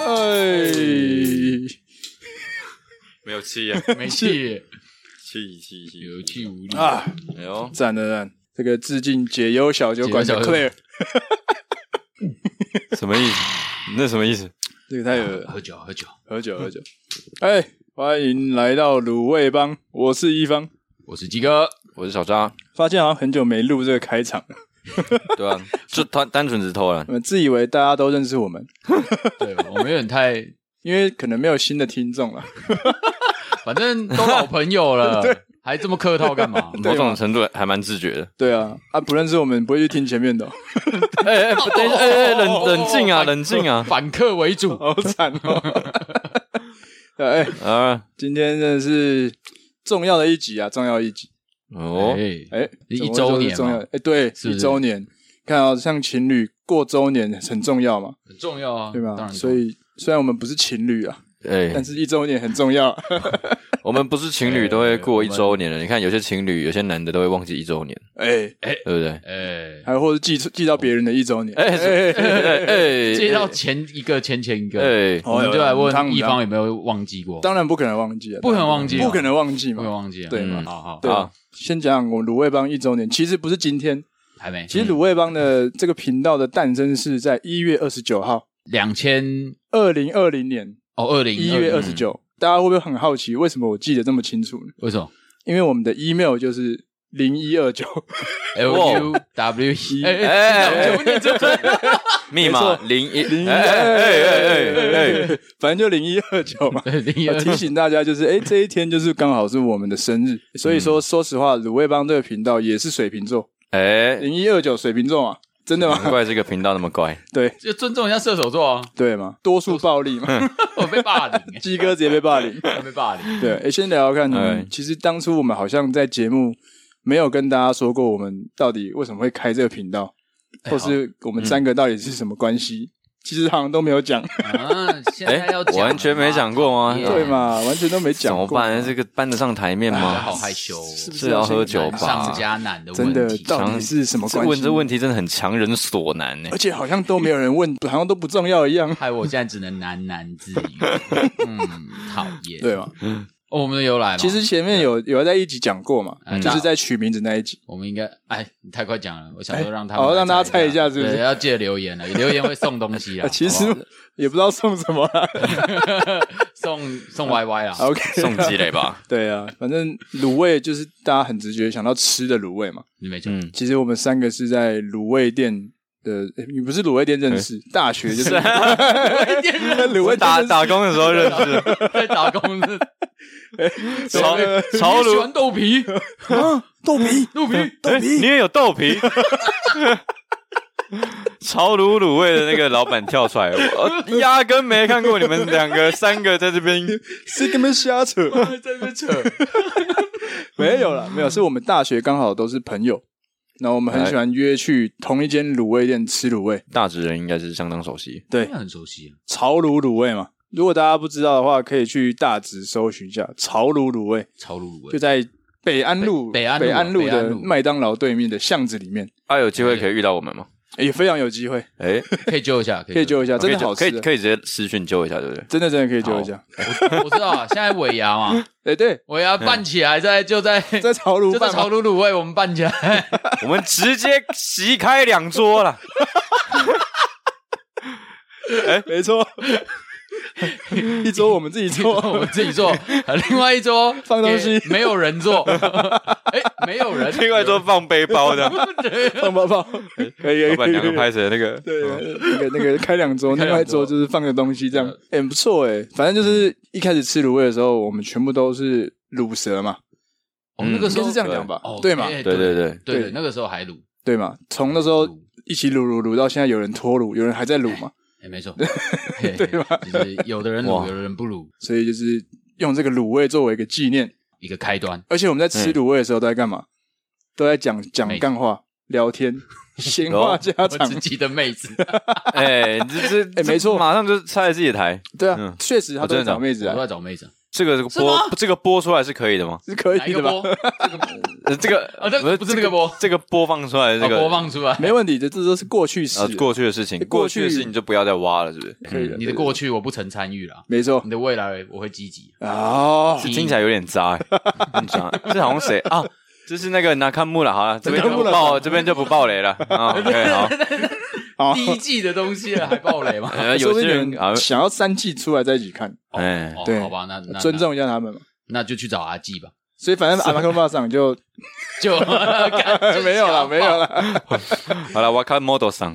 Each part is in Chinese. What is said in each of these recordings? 哎有气啊，没气，气气气，有气无力啊，哎呦，赞的赞！这个致敬解忧小酒馆的解忧小酒 Claire，什么意思？你那什么意思？这个太有了喝酒喝酒，喝酒喝酒。哎，欢迎来到卤味帮，我是一方。我是鸡哥，我是小张，发现好像很久没录这个开场了，对啊，就单单纯只偷懒我，们自以为大家都认识我们， 对我们有点太，因为可能没有新的听众了。 反正都老朋友 了，还这么客套干 嘛？某种程度还蛮自觉的。对啊，啊，不认识我们不会去听前面的哦、 哎哎，不等一下，哎哎，冷冷静啊，冷静啊！反客为 主，好惨哦。 对，哎、啊，今天真的是重要的一集啊，重要一集。哦，哎、一怎么会周说是年嘛重要，哎、对，是不是一周年。看啊、像情侣过周年很重要嘛，很重要啊，对当吧？然所以虽然我们不是情侣啊，哎但，是一周年很重 要。我们不是情侣都会过一周年了。你看，有些情侣，有些男的都会忘记一周年，哎、对不对？哎，还有或者记记到别人的一周年。哎哎哎哎哎，接到前一个前前一个，哎，我们就来哦有有有问一方有没有忘记过，当然不可能忘记啊，不可能忘记啊不可能忘记没有嘛。忘记啊，对嗯嘛好好，对好，先讲讲我卤味帮一周年，其实不是今天，还没，其实卤味帮的这个频道的诞生是在一月二十九号，两千二零二零年哦，二零一月二20十嗯九。大家会不会很好奇，为什么我记得这么清楚呢？为什么因为我们的 email 就是零一二九， L U W E？哎 哎哎，九年真密码零一零哎哎哎哎哎，反正就零一二九嘛。对，零一要 二提醒大家，就是哎、这一天就是刚好是我们的生日，所以说，说实话，卤味帮这个频道也是水瓶座，哎，零一二九水瓶座嘛，真的难吗？怪这个频道那么乖。对就尊重一下射手座啊， 对嘛，多数暴力嘛，我被霸凌， 哎鸡哥直接被霸凌。我被霸凌，对，哎，先聊聊看你哎们。其实当初我们好像在节目没有跟大家说过，我们到底为什么会开这个频道，哎或是我们三个到底是什么关系，其实好像都没有讲，啊，现在哎要讲，完全没讲过吗？哎对嘛，完全都没啊怎讲么过。办？这个搬得上台面哎我吗？好害羞哦，是不是要喝酒难上吧？加难的真问的题，到底是什么这关系？问这问题真的很强人所难呢而。且好像都没有人问， 哎好像都不重要一样，害我现在只能喃喃自语， 嗯，讨厌。对嗯嘛？哦，我们的由来嘛，其实前面有有在一集讲过嘛，嗯就是在取名字那一集。我们应该，哎，你太快讲了，我想说让他哎们好来让大家猜一下对是不是要记得留言了，留言会送东西啊啊，， 其实好不好也不知道送什么啦 送送啊 YY 啦， OK，送鸡嘞吧？对啊，反正卤味就是大家很直觉想到吃的卤味嘛。你没错，嗯，其实我们三个是在卤味店的，诶你不是卤味店认识，哎大学 就是卤味店打认识打工的时候认识， 在打 工的潮潮你喜卤欢，豆皮，啊豆皮，豆皮， 哎你也有豆皮。潮卤卤味的那个老板跳出来，我压根没看过你们两个、三个在这边。是根本瞎扯，在那边扯，没有啦，没有，是我们大学刚好都是朋友，然后我们哎很喜欢约去同一间卤味店吃卤味，大直人应该是相当熟悉，真的很熟悉啊，潮卤卤味嘛。如果大家不知道的话，可以去大直搜寻一下潮卤卤味，潮卤味就，在北安路北北安路路啊北安的路麦当劳对面的巷子里面，啊，有机会可以遇到我们吗？也非常有机会，哎，可以揪一下，可以揪一下，真的可以好可吃以的，可以直接私讯揪一下，对不 对？真的真的可以揪一下。我我知道啊，现在尾牙嘛，哎，对，尾牙办起来，在就在 在潮卤就在饭嘛潮卤卤味，我们办 起来，我们直接席开两桌 了。哎没错，一桌我们自己我 做，们自己做，另外一桌放东西给没有 人做，哎，没有人，另外桌放背包 的，放包包，可以，可以老板两个。可以拍谁那个？对，那个那个开两桌，哦 开两桌另外一桌就是放个东西，这样，哎，很不错哎。反正就是一开始吃卤味的时候，我们全部都是卤舌嘛，我哦们那嗯个应时该候是这样讲吧哦，对嘛哎 对对对对，对对对，那个时候还卤，对嘛？从那时候一起卤卤卤到现在，有人脱卤，有人还在卤嘛，哎， 没错，对吧？就是有的人哇卤，有的人不卤，所以就是用这个卤味作为一个纪念。一个开端，而且我们在哎吃卤味的时候都在干嘛？都在讲讲没干话、聊 天、闲话家哎哦我常只。记得 妹子，哎，这这哎没错马上就拆了自己的台。对啊嗯，确实他哦都在真的找妹子我都啊 在。找妹子，这个是吗播这个播出来是可以的吗？是可哪一以个的播 吧？？呃这个啊这不是那个播，这个播放出来这啊个播放出来，没问题，这这都是过去式呃了，过去的事情，过过去的去事情就不要再挖了，是不是？可以的。啊嗯你可以的过去我不曾参与了，没错你的未来我会积 极。啊，听起来有点渣、 欸，很渣。这好像谁啊？就是那个拿看木了，好了，这边就不 Nakamura 爆，这边就不爆雷了 啊。OK，好，好第一季的东西了啊还爆雷吗？呃，说有不些定有人啊人，想要三季出来在一起看，哎，哦 对好吧，那那尊，重一下他们嘛。那那就去找阿纪吧。所以反正阿拉克巴桑就 就干 没有了，没有。了。好了，我看 model 上，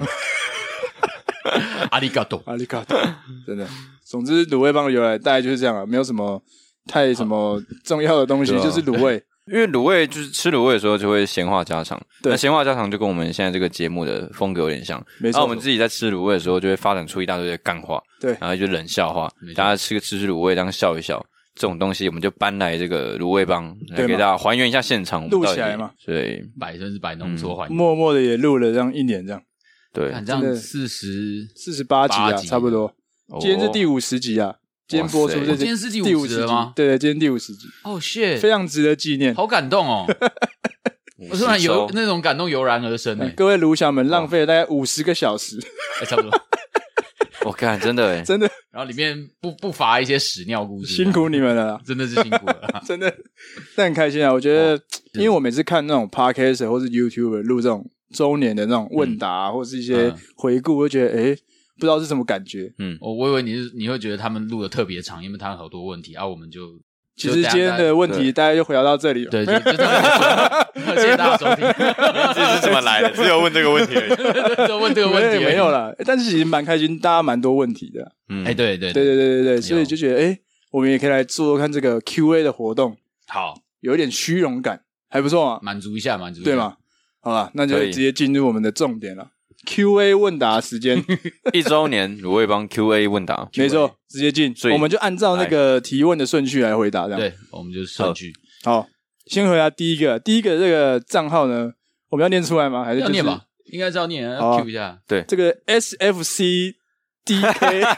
阿里嘎多，阿里嘎多， 真的。总之，卤味帮的由来大概就是这样了，没有什么太什么重要的东西，对啊就是卤 味。因为卤味就是吃卤味的时候就会闲话家常，对那闲话家常就跟我们现在这个节目的风格有点像。没那错，我们自己在吃卤味的时候，就会发展出一大堆的干话，对然后就冷笑话没，错大家吃个吃吃卤味当笑一笑。这种东西我们就搬来这个卤味帮，来对嘛给大家还原一下现场，我们录到底起来嘛。对百分之百浓缩环境。默默的也录了这样一年，这样对，看这样四十，四十八集啊，八集差不多。哦今天是第五十集啊，今天播出哇这塞今天是第第五五集十了集吗对对，今天第五十集，非哦 shit，常值得纪念。好感 动哦！我突然有有那种感动油然而生哎哎，各位卢小们浪费了大概五十个小时，哎差不多。我看真的哎，真的然后里面不不乏一些屎尿故事，啊辛苦你们了啦，真的是辛苦了 啦。真的。但很开心啊，我觉得，因为我每次看那种 podcast 或是 YouTube 录这种周年的那种问答啊、或是一些嗯回顾，我就觉得哎、不知道是什么感觉。我我以为你是你会觉得他们录的特别长，因为他们好多问题啊，我们就其实今天的问题大家就回答到这里了。对，就就 这样谢谢大家收听。 这是怎么来的？ 只有问这个问题而已。就问这个我问也题没有。啦，但是其实蛮开心，大家蛮多问题的。嗯，哎，对对对对对对对，所以就觉得哎、我们也可以来做做看这个 Q&A 的活动，好，有一点虚荣感，还不错啊，满足一下，满足一下对？吗？好吧，那就可以直接进入我们的重点了。Q&A 问答时间，一周年卤味帮 Q&A 问答，没错，直接进所，以我们就按照那个提问的顺序来回答，这样。对，我们就上去好，先回答第一个，第一个这个账号呢，我们要念出来吗？还是就要是念吧，应该是要念，好要啊 Q 一下。这个 SFC DK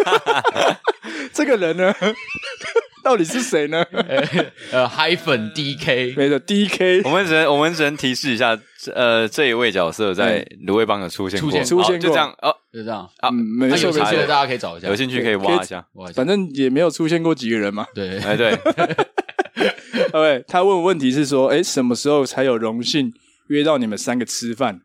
这个人呢， 到底是谁 呢？呃，hyphen DK，没错，DK 我们只能我们只能提示一下，呃，这一位角色在卤味帮有出现过，出现出现过好就这样哦。就这样。啊嗯，没那错没有兴查趣有的错，大家可以找一下，有兴趣可以挖一下，我反正正也没有出现过几个人嘛。对，哎， 对，各位，他问我问题是说，哎，什么时候才有荣幸约到你们三个吃饭？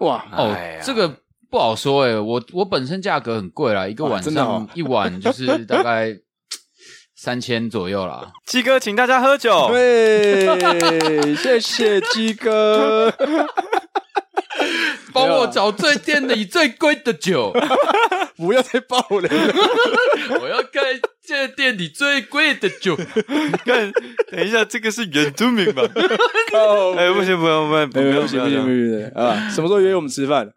哇， 哦哎呀，这个不好说哎，我我本身价格很贵啦，一个哇晚真的上哦一晚就是大概 三千左右啦。啊鸡哥请大家喝哦酒，对，谢谢鸡 哥。帮我找最店里最贵的酒， 不要再爆雷了。我要看这店里最贵的酒。 看，等一下，这个是原住民 吧？靠哎，不行，不用，不用，不没有没有用，不行不不行不用，行不行 啊！什么时候约我们吃饭？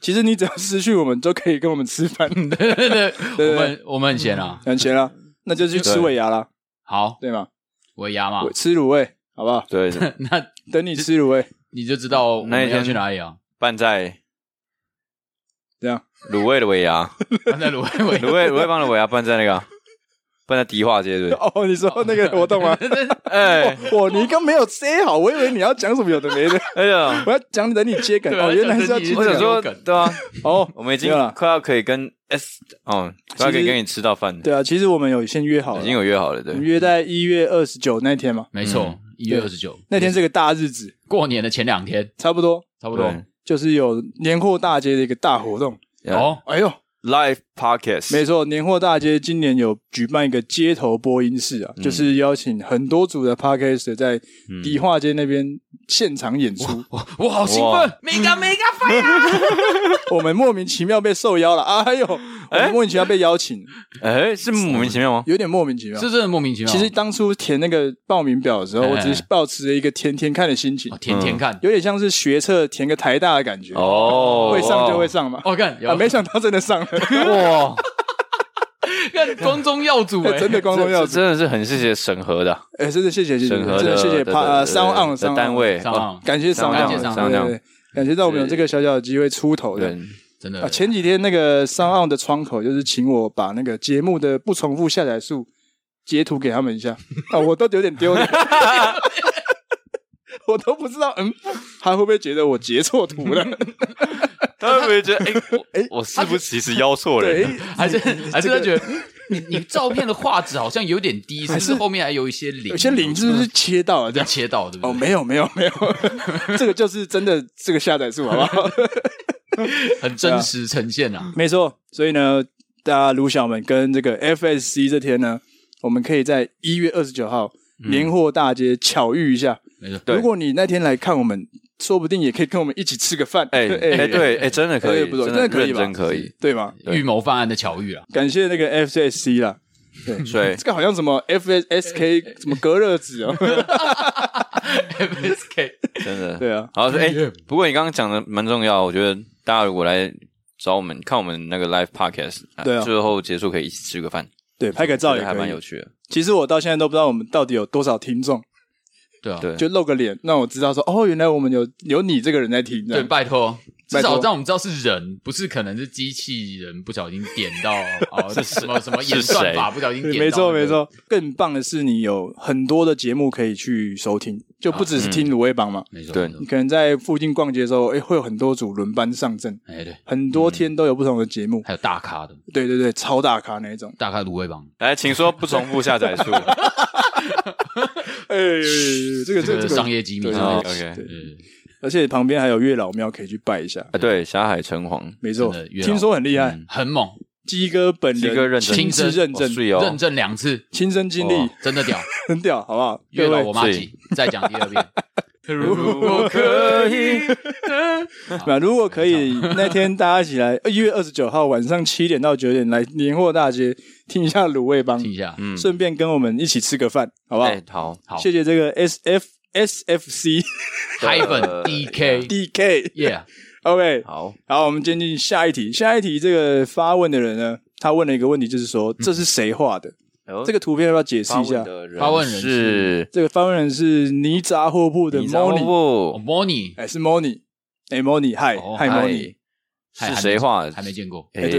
其实你只要私讯我们，都可以跟我们吃 饭，对对对，对我们我们很闲啊。很闲啦。那就去吃尾牙啦，好，对吗？尾牙嘛我，吃卤味，好不好？对，那等你吃卤味，你就知道我那一们天要去哪里啊？办在这样卤味的尾牙，办在芦苇尾卤味卤味帮的尾牙办在那个啊办在迪化街，对不对？哦。你说那个活动 吗？哎，哇，你刚没有 say 好，我以为你要讲什么有的没的， 哎呀，我要讲等你接梗。对啊哦，原来是要等接你我梗想说，这个梗对啊，哦。我们已经没有啦快要可以跟 S 哦，快要可以其实跟你吃到饭了，对啊，其实我们有先约好已了，经有约好了，我对们。约在一月二十九那天嘛，没错，一月二十九那天是个大日子，过年的前两天，差不多差不多。对就是有年货大街的一个大活动。 Yeah 哦，哎呦， Live Podcast，没错，年货大街今年有举办一个街头播音室嗯啊，就是邀请很多组的 podcast 在迪化街那边现场演出。嗯我我好兴哇奋，mega 嗯 mega fire！我们莫名其妙被受邀了，哎呦，我们莫名其妙被邀请，哎，是莫名其妙吗？有点莫名其妙是。真的莫名其妙。其实当初填那个报名表的时候，哎我只是抱持着一个天天看的心情哦，天天看，有点像是学测填个台大的感觉，哦会上就会上嘛。我哦看啊，有没想到真 的上了，哇， 看光宗 耀祖哎，真的光这宗耀这祖。真的是很谢谢审核的啊，哎，真的谢谢谢谢，审真核的的谢谢的帕的呃商的岸的商嗯岸单位，上啊哦岸感谢商感量谢商量对对对感谢到我们有这个小小的机会出头的对。，真啊，的前几天那个商奥的窗口就是请我把那个节目的不重复下载数截图给他们一下啊，我都有点丢脸， 我都不知道，嗯，他会不会觉得我截错图了？他会不会觉得，哎，我哎我是不是其实邀错对，人？哎还是还是这他个觉得嗯你你照片的画质好像有点低，是不是后面还有一些零？有些零是不是切到了这要样？切到，对不哦，对？没有没有没有， 这个就是真的这个下载数好不好？很真实呈现啊。没错，所以呢，大家卢小们跟这个 FSC 这天呢，我们可以在一月二十九号年货大街巧遇一下。没错，嗯对如果你那天来看我们，说不定也可以跟我们一起吃个饭。哎 对哎，对，哎，真的可以，哎不错的真的可以认吧真可以。对嘛？对预谋方案的巧遇啊， 感谢那个 FSC 啦。嗯对这，个好像什么 FSSK 什么隔热纸哦， FSK 真的。 对啊，好，哎、 Yeah 不过你刚刚讲的蛮重要，我觉得大家如果来找我们看我们那个 live podcast，、对啊最后结束可以一起吃个饭，对，拍个照觉也得还可蛮以有。趣的。其实我到现在都不知道我们到底有多少听众，对啊，对，就露个脸让我知道说，哦，原来我们有有你这个人在听，这对，样拜托，至拜少托让我们知道是人，不是可能是机器人不小心点 到哦，这什么什么是演算谁法不小心点对到，没错没，错。更棒的是，你有很多的节目可以去收听，就不只是听卤味帮嘛，没错，对没错你可能在附近逛街的时候，哎，会有很多组轮班上阵，哎对，很多天都有不同的节目。还有大咖的，对对对，超大咖那一种。大咖芦苇帮，来，请说不重复下载 数。哦哎，这 个这这个个商业机密对哦商业 OK，对嗯，而且旁边还有月老庙可以去拜一下，啊，对，霞海城隍，没错真的，月老听说很厉害，很猛，嗯鸡哥本鸡哥认人证亲自认证哦，是哦认证两次，亲身经历哇，真的屌，很屌，好不好？月各老位我妈所以级，再讲第二 遍。如哦果可以，那如果可以， 那天大家一起来，一月二十九号晚上七点到九点来年货大街听一下卤味帮，听一下，嗯，顺便跟我们一起吃个饭，好不好？ 哎，好，好谢谢这个 S F S F C 呃，hyphen DK， D K。 yeah， OK，好，好，我们接近下一题。下一题，这个发问的人呢，他问了一个问题，就是说这是谁画的？这个个图片要不要解释一下？发问人是这个发问人是泥杂货铺的你知道 Moni，我不？模拟哎，是 Moni，哎，Moni，嗨哦嗨嗨，Moni，是谁画的还？没见过，哎、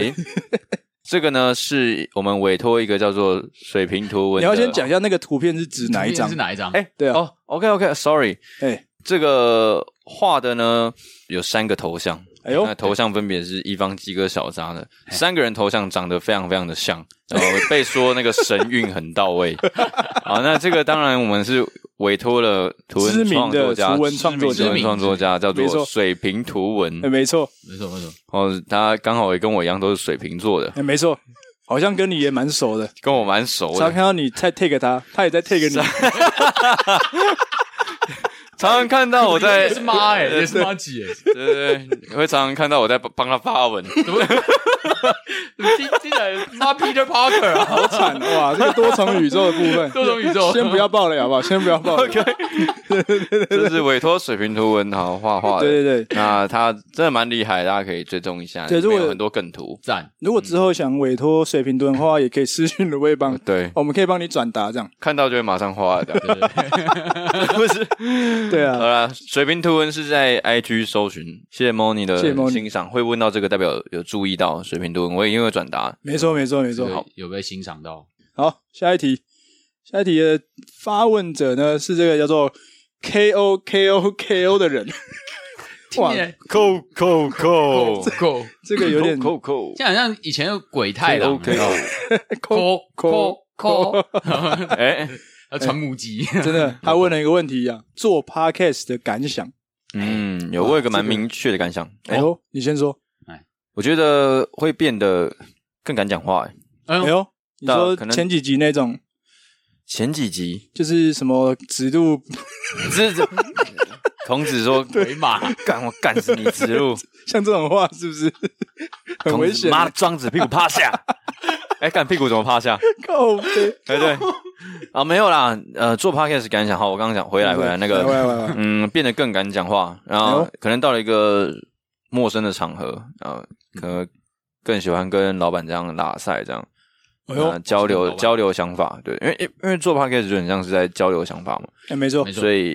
这个呢是我们委托一个叫做水平图文你的，要先讲一下那个图片是指哪一这张是？哪一张？哎、对啊哦，OK OK，Sorry，哎，这个画的呢有三个头像，哎呦哎那头像分别是一方鸡哥、小扎的三个人头像长得非常非常的像，然后被说那个神韵很到 位。好，那这个当然我们是委托了图知文名创作的家、图文创作知名家图文创作家叫没错做水平图哎，文，没错，没错没错，哦，他刚好也跟我一样都是水瓶座的，哎，没错，好像跟你也蛮熟的。跟我蛮熟常的看。到你在 take 他，他也在 take 你。常常看到我 在，也是妈哎，也是妈姐，对对对，会常常看到我在帮帮他发文，怎么怎么听听起来妈 Peter Parker 啊？ 好惨哇！这个多重宇宙的部分，多重宇宙先不要爆雷好不好？先不要爆雷。就是委托水平图文好画画的。对对对，那他真的蛮厉害，大家可以追踪一下。对里面如果有很多梗图， 赞，如果之后想委托水平蹲的话，也可以私信卤味帮，对，哦我们可以帮你转达这样。看到就会马上画的。 不是，对好啊，啦，水平图文是在 IG 搜寻，谢谢 Moni 谢谢的 Moni 欣赏，会问到这个代表有注意到水平图文，我一定会转达。没错没错没有错。好，有被欣赏到，好，下一题，下一题的发问者呢是这个叫做 K O K O K O 的人。 哇，扣扣扣 够，这个有点扣扣，这好像以前有鬼太郎哦 OK， 抠抠抠， 哎， 要穿木屐，真的，他问了一个问题啊，做 podcast 的感想。嗯，有我有个蛮明确的感想，哎哎，呦，你先说。我觉得会变得更敢讲话。哎哎呦，你到说可能前几集那种前几 集就是什么尺度 这这孔子说回马， 干我干死你子 路，像这种话是不是 很孔危子险？妈的庄子屁股趴下， 哎、干屁股怎么趴下？靠背，哎、 对，啊没有啦，呃，做 podcast 敢讲话，我刚刚讲回来回来那喂个，喂 喂，嗯，变得更敢讲话，然哎后呦可能到了一个陌生的场合，然后可能更喜欢跟老板这样拉赛这样。哎啊呦，交这个老流板交流想法，对，因为因为因为做 podcast 就很像是在交流想法嘛，哎，没错没，错所以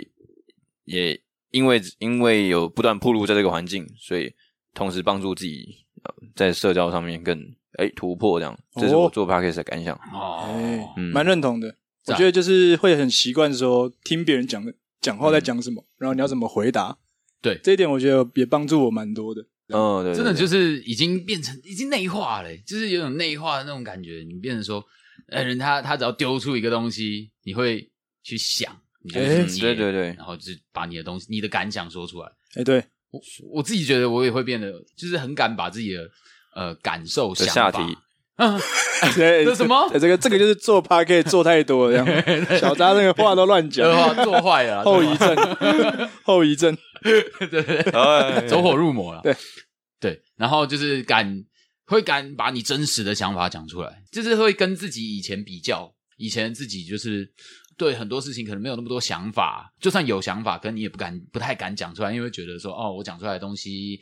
也因为因为有不断铺路在这个环境，所以同时帮助自己呃在社交上面更哎、突破这样。这是我做 podcast 的感想。哎哦，，嗯蛮认同的。我赞觉得就是会很习惯说听别人讲的讲话在讲什么，然后你要怎么回答。对这一点我觉得也帮助我蛮多的。嗯，对对真的对就是已经变成已经内化了，欸就是有种内化的那种感觉。你变成说，哎，人他他只要丢出一个东西，你会去想，你就哎会去接对对对然后就是把你的东西、你的感想说出来。哎，对，我我自己觉得我也会变得，就是很敢把自己的呃感受、的想下法体， 啊，这这什 么哎这个这个就是做 p a r k 做太多了，这样小扎那个话都乱 讲，呃做坏了 啦，后做遗症，后遗症，坏 对对对哎走火入魔了。啊对对，然后就是敢会敢把你真实的想法讲出来，就是会跟自己以前比较，以前自己就是对很多事情可能没有那么多想法，就算有想法，可你也不敢不太敢讲出来，因为觉得说哦，我讲出来的东西。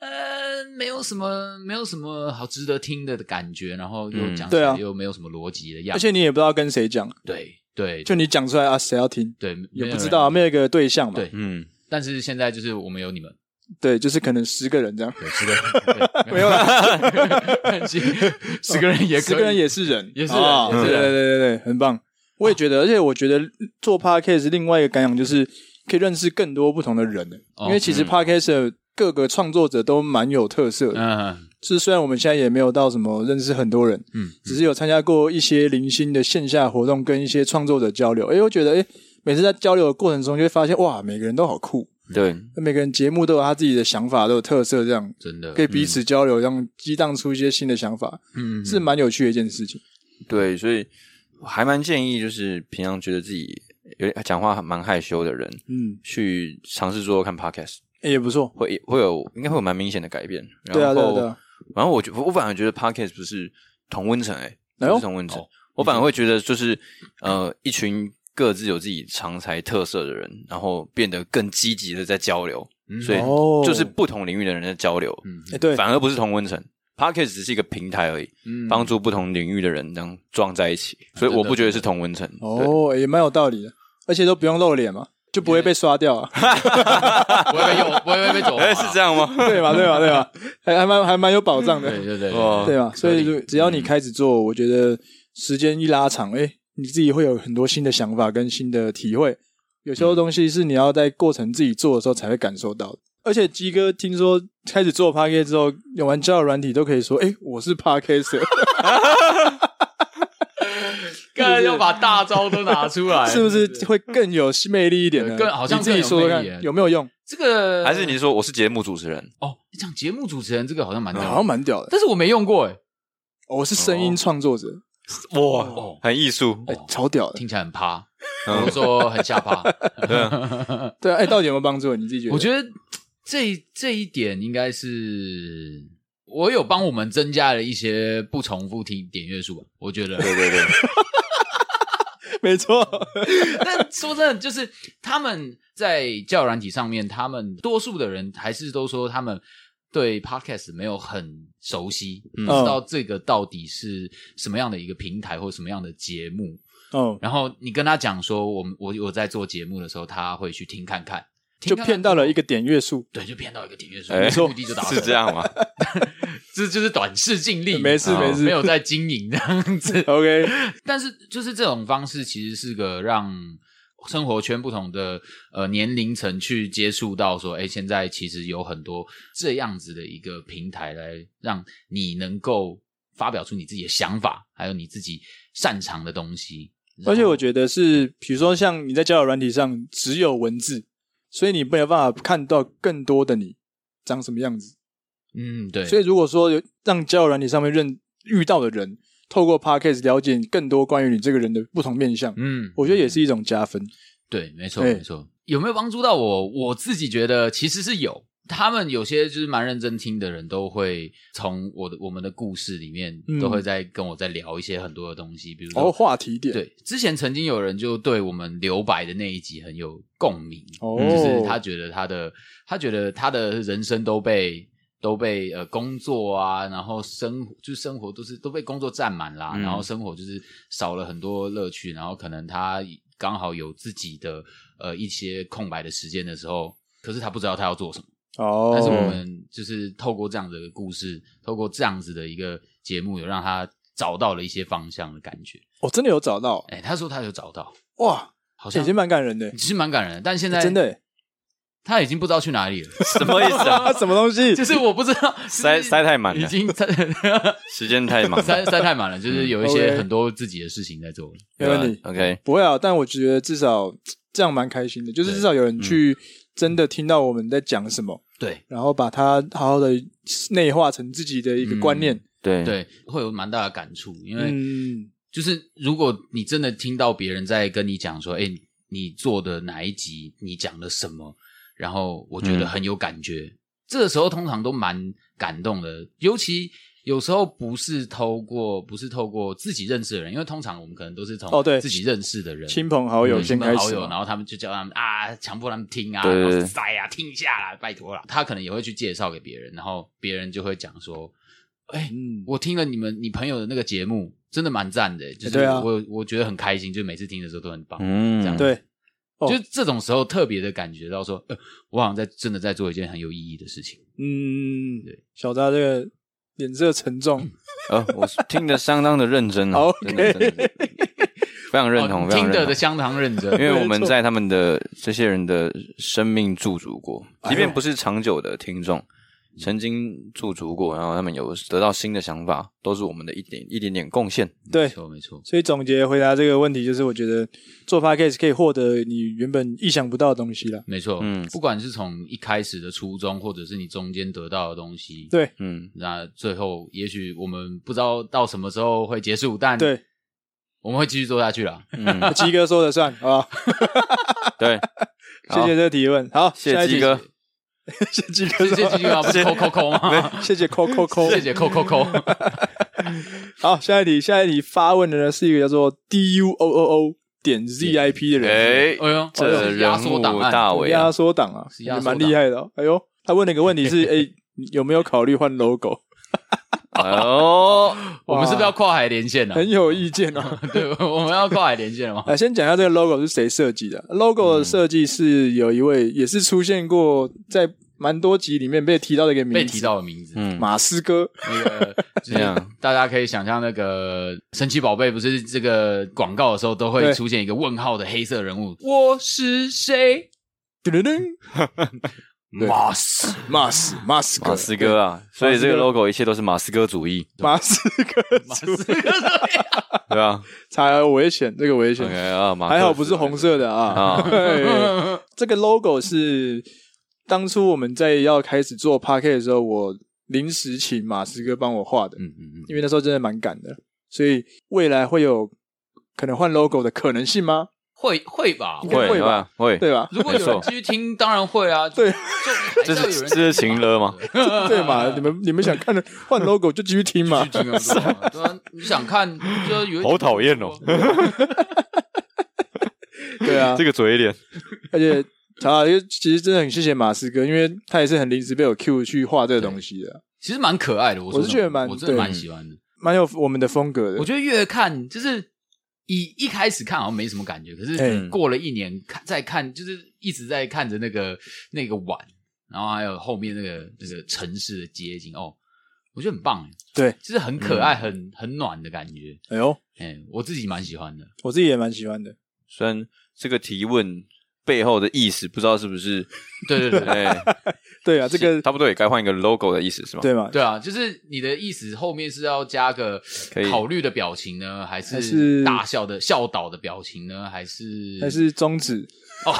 呃，没有什么，没有什么好值得听的感觉，然后又嗯讲起对啊来又没有什么逻辑的样而子，且你也不知道跟谁讲，对对，就你讲出来啊，谁要听对也没有不知人道啊，没有一个对象嘛。对嗯，但是现在就是我们有你们，对，就是可能十个人这样，对，十个人对没有啦十十个人也可以，十个人也是人，也是人啊也对是对人对对对，很棒。我也觉得，而且我觉得做 podcast 另外一个感想就是可以认识更多不同的人，哦因为其实嗯 podcast 的各个创作者都蛮有特色的。嗯是虽然我们现在也没有到什么认识很多人，嗯，只是有参加过一些零星的线下活动，跟一些创作者交流。哎，我觉得哎，每次在交流的过程中，就会发现哇，每个人都好酷，对，每个人节目都有他自己的想法，都有特色，这样真的可以彼此交流，让激荡出一些新的想法，嗯是蛮有趣的一件事情。对，所以我还蛮建议，就是平常觉得自己有点讲话蛮害羞的人，嗯，去尝试做做看 podcast，诶也不错。会会有应该会有蛮明显的改变。然对啊，对啊，后对啊。然后我觉我反而觉得 podcast 不是同温层、欸，哎哎，呦不是同温层，哦我反而会觉得就是呃，一群各自有自己长才特色的人，然后变得更积极的在交流，嗯所以哦就是不同领域的人在交流，嗯哎，对，反而不是同温层。podcast 只是一个平台而已，嗯 帮助不同领域的人这样撞在一起，所以我不觉得是同温层。对，哦，也蛮有道理的，而且都不用露脸嘛，就不会被刷掉啊， 不会被右，不会被左啊 滑，哎，是这样 吗？对吧？对吧？对吧？还还蛮还蛮有保障的。对对对哦对对嗯吧？所以如只要你开始做，我觉得时间一拉长，哎、你自己会有很多新的想法跟新的体会。有嗯时候东西是你要在过程自己做的时候才会感受到的。而且鸡哥听说开始做 p a r k 之后，用完交友软体都可以说：“哎、我是 p a r k e r 刚才又把大招都拿出来， 是不是会更有魅力一点呢？对更好像你自己说说更有魅看力耶有没有用，这个还是你说我是节目主持人？哦？讲节目主持人这个好像蛮好像屌的，蛮屌的。哦但是我没用过哎，我是声音创作者，哇，哦很艺术，哎、超屌的。听起来很趴，嗯我说很下趴，对啊，哎、到底有没有帮助？你自己觉得？我觉得这这一点应该是我有帮我们增加了一些不重复听点阅数吧，我觉得。对对对，得 没错。 但说真的，就是他们在教软体上面，他们多数的人还是都说他们对 podcast 没有很熟悉，不嗯知道这个到底是什么样的一个平台或什么样的节目。哦，然后你跟他讲说，我们我我在做节目的时候，他会去听看看，听就看看骗到了一个点阅数。对，就骗到一个点阅数，哎目的就达成是了。这样吗？这就是短视近利，没事哦没事。没有在经营这样子 OK，但是就是这种方式其实是个让生活圈不同的呃年龄层去接触到说，哎，现在其实有很多这样子的一个平台来让你能够发表出你自己的想法，还有你自己擅长的东西。而且我觉得是，比如说像你在交友软体上只有文字，所以你没有办法看到更多的你长什么样子。嗯，对，所以如果说有让交友软体上面认遇到的人，透过 podcast 了解更多关于你这个人的不同面相，嗯，我觉得也是一种加分。对，没错，哎没错。有没有帮助到我？我自己觉得其实是有。他们有些就是蛮认真听的人，都会从我的我们的故事里面，嗯都会在跟我在聊一些很多的东西，比如哦，说，话题点，，对，之前曾经有人就对我们留白的那一集很有共鸣，哦，嗯就是他觉得他的他觉得他的人生都被都被呃工作啊，然后生活就是生活都是都被工作占满啦，嗯然后生活就是少了很多乐趣，然后可能他刚好有自己的呃一些空白的时间的时候，可是他不知道他要做什么，哦，但是我们就是透过这样的故事，透过这样子的一个节目，有让他找到了一些方向的感觉。我哦真的有找到，哎、他说他有找到，哇，好已像经蛮感人的，其实蛮感人的，但现在真的耶，他已经不知道去哪里了，什么意思啊？啊，什么东西？ 就是我不知道 塞塞太满已了，经塞时间太忙了。塞 塞太满了，就是有一嗯些，OK 很多自己的事情在做了。没问题， OK，不会啊，但我觉得至少这样蛮开心的，就是对嗯至少有人去真的听到我们在讲什么，对然后把它好好的内化成自己的一个观念。对，对，会有蛮大的感触，因为嗯，就是如果你真的听到别人在跟你讲说，哎、你你做的哪一集，你讲了什么，然后我觉得嗯很有感觉，这个时候通常都蛮感动的，尤其。有时候不是透过不是透过自己认识的人，因为通常我们可能都是从哦对自己认识的人，亲朋好友对先嗯亲开朋好始友，嘛，然后他们就叫他们啊，强迫他们听啊，对对然后对塞啊，听一下啦，拜托啦。他可能也会去介绍给别人，然后别人就会讲说，哎、嗯，我听了你们你朋友的那个节目，真的蛮赞的，就是对啊我我觉得很开心，就每次听的时候都很棒。哎嗯这样对，哦就是这种时候特别的感觉到说，呃，我好像在真的在做一件很有意义的事情。嗯对，嗯小扎这个脸色沉重，呃，我听得相当的认真啊 好，真的真的非常认同，哦非常听认得的同。相当认真，因为我们没错在他们的这些人的生命驻足过，哎呦即便不是长久的听众，曾经驻足过，然后他们有得到新的想法，都是我们的一点一点点贡献。没对。错没错，所以总结回答这个问题，就是我觉得做 podcast 可以获得你原本意想不到的东西啦。没错，嗯不管是从一开始的初衷，或者是你中间得到的东西，对嗯，那最后，也许我们不知道到什么时候会结束，但 对，我们会继续做下去啦。嗯，鸡哥说了算，好吧？ 对，谢好谢这个提问，好，谢下谢一鸡题，哥，谢哦谢鸡哥谢谢说，继续啊，不是扣扣扣吗？ 谢谢扣扣扣， 谢谢扣扣扣。好，下一题，下一题发问的呢是一个叫做 D U O O O 点 Z I P 的人，哎，哎呦，这是压人物缩档案大伟啊压，缩档啊，是压缩档蛮厉害的哦。哎呦，他问了一个问题是，哎，你有没有考虑换 logo？哦，我们是不是要跨海连线呢、啊很有意见哦。 对，我们要跨海连线了吗？啊，先讲一下这个 logo 是谁设计的。logo 的设计是有一位也是出现过在蛮多集里面被提到的一个名字，被提到的名字，嗯， 马斯哥，那个这就是样大家可以想象，那个神奇宝贝不是这个广告的时候都会对出现一个问号的黑色人物，我是谁？噔噔噔，对马斯马斯马斯哥马斯哥啊，所以这个 logo 一切都是马斯哥主义，马斯哥 马出斯，对 吧才危险，这个危险？OK。啊，马克还好不是红色的啊！啊 嘿这个 logo 是当初我们在要开始做 p a r k 的时候，我临时请马斯哥帮我画的，嗯嗯嗯，因为那时候真的蛮赶的，所以未来会有可能换 logo 的可能性吗？ 会会吧，应该会会吧吧会，对 吧？如果有没人错继续听，当然会啊。对就还这要有是人这啊是情勒吗？对 嘛？你们你们想看的换 logo 就继续听嘛继。续听啊，对啊对啊，你想看就有一好讨厌哦对啊，这个嘴脸，而且查因为其实真的很谢谢马斯哥，因为他也是很临时被我 Q 去画这个东西的，其实蛮可爱的，我说我是觉得蛮我真的对蛮喜欢的。蛮有我们的风格的我。觉得越看就是一一开始看好像没什么感觉，可哎是过了一年看再看，就是一直在看着那个那个碗，然后还有后面那个那个城市的街景哦，我觉得很棒，欸对，就是很可爱、很很暖的感觉。哎呦，哎，我自己蛮喜欢的。我自己也蛮喜欢的。虽然这个提问背后的意思不知道是不是，对对对对。哎，对 啊，这个差不多也该换一个 logo 的意思是吗？对嘛？对啊，就是你的意思后面是要加个可以考虑的表情呢，还还是是大笑的笑导的表情呢，还是还是中指。哦，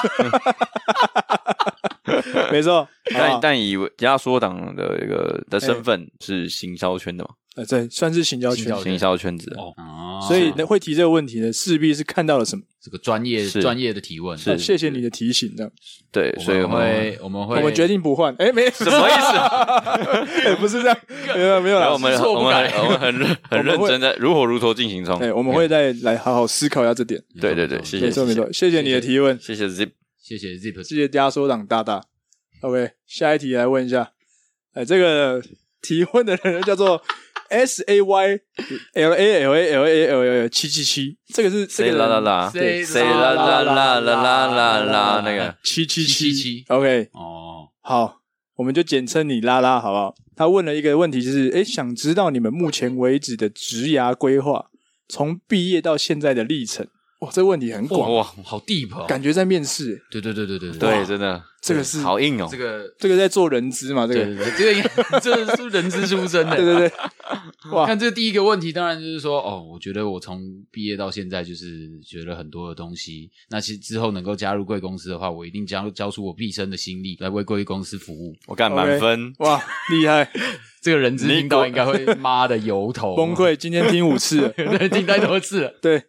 没错，好但不好但以压缩党的一个哎的身份是行销圈的嘛，呃，对，算是行销圈行销，对行销圈子的，哦，啊所以呢会提这个问题呢，势必是看到了什么。这个专业是专业的提问是那谢谢你的提醒，这样对，我所以们我们会我们会我们决定不换。哎，没什什么意思？ 思，不是这样，没有没有然啦后我们知错我不们改很我们很 认很认真的如火如荼进行中，哎，我们会再来好好思考一下这点。对对对，谢没谢错没谢谢错，谢谢你的提问，谢谢 Zip，谢谢 Zip 谢谢压缩党大大。OK，下一题来问一下，哎，这个提问的人叫做 S A Y L A L A L A L A 七七七，这个是这谁个啦啦人啦，对谁啦啦啦啦啦啦啦那个七七777七。OK，哦，好，我们就简称你拉拉好不好？他问了一个问题，就是诶，想知道你们目前为止的职涯规划，从毕业到现在的历程。哇，这问题很广，哇，好 deep 哦。感觉在面试、诶对对对对对对，哇真的这个是好硬哦这。个这个在做人资嘛？这对个对对，这个应该 这个是人之初生的。对对对，哇，看这第一个问题，当然就是说，哦，我觉得我从毕业到现在，就是学了很多的东西。那其实之后能够加入贵公司的话，我一定将交出我毕生的心力来为贵公司服务。我干满 OK 分，哇，厉害，这个人资听到应该会妈的油头，崩，溃！今天听五次了对，听太多次了。对，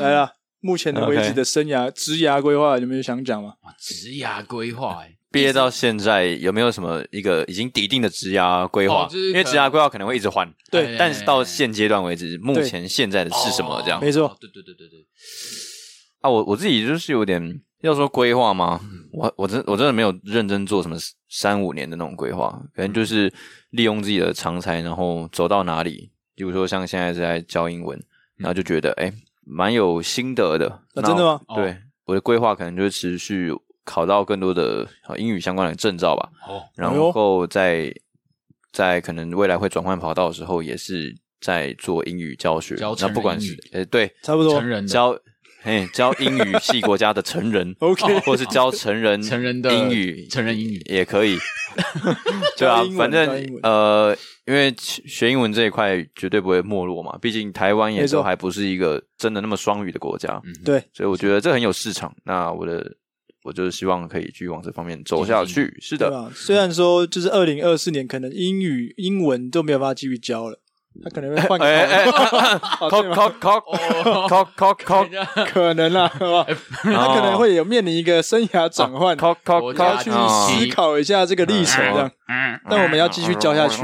来了。目前的为 OK 止的生涯、职涯规划，有没有想讲吗？哇，职涯规划、欸，毕业到现在有没有什么一个已经底定的职涯规划哦？就是因为可职涯规划可能会一直换，对哎但是到现阶段为止，目前现在的是什么这样没？错哦对对对对对，啊，我我自己就是有点要说规划吗？我我真我真的没有认真做什么三五年的那种规划，可能就是利用自己的长才，然后走到哪里，比如说像现在是在教英文，嗯然后就觉得哎，蛮有心得的。啊真的吗那我哦对，我的规划可能就是持续考到更多的呃英语相关的证照吧，哦，哎然后在在可能未来会转换跑道的时候，也是在做英语教学教。成那人不管英是语呃对，差不多成，人的教嘿教英语系国家的成人 OK 或是教成人成人的英语成人英语也可 以，对啊教英，文反教正英文呃，因为学英文这一块绝对不会没落嘛，毕竟台湾也没错嗯都还不是一个真的那么双语的国家，对，所以我觉得这很有市场。那我的我就是希望可以去往这方面走下去。是对的，吧？虽然说就是二零二四年，可能英语、英文都没有办法继续教了，他可能会换个哎哎 行业， c o c 对 k 吗 c o c k c o c k c o c k c o c k 可能啦，好吧？他可能会有面临一个生涯转换， c o c k c o 国 c k 要家去思考一下这个历程，这样。但我们要继续教下去，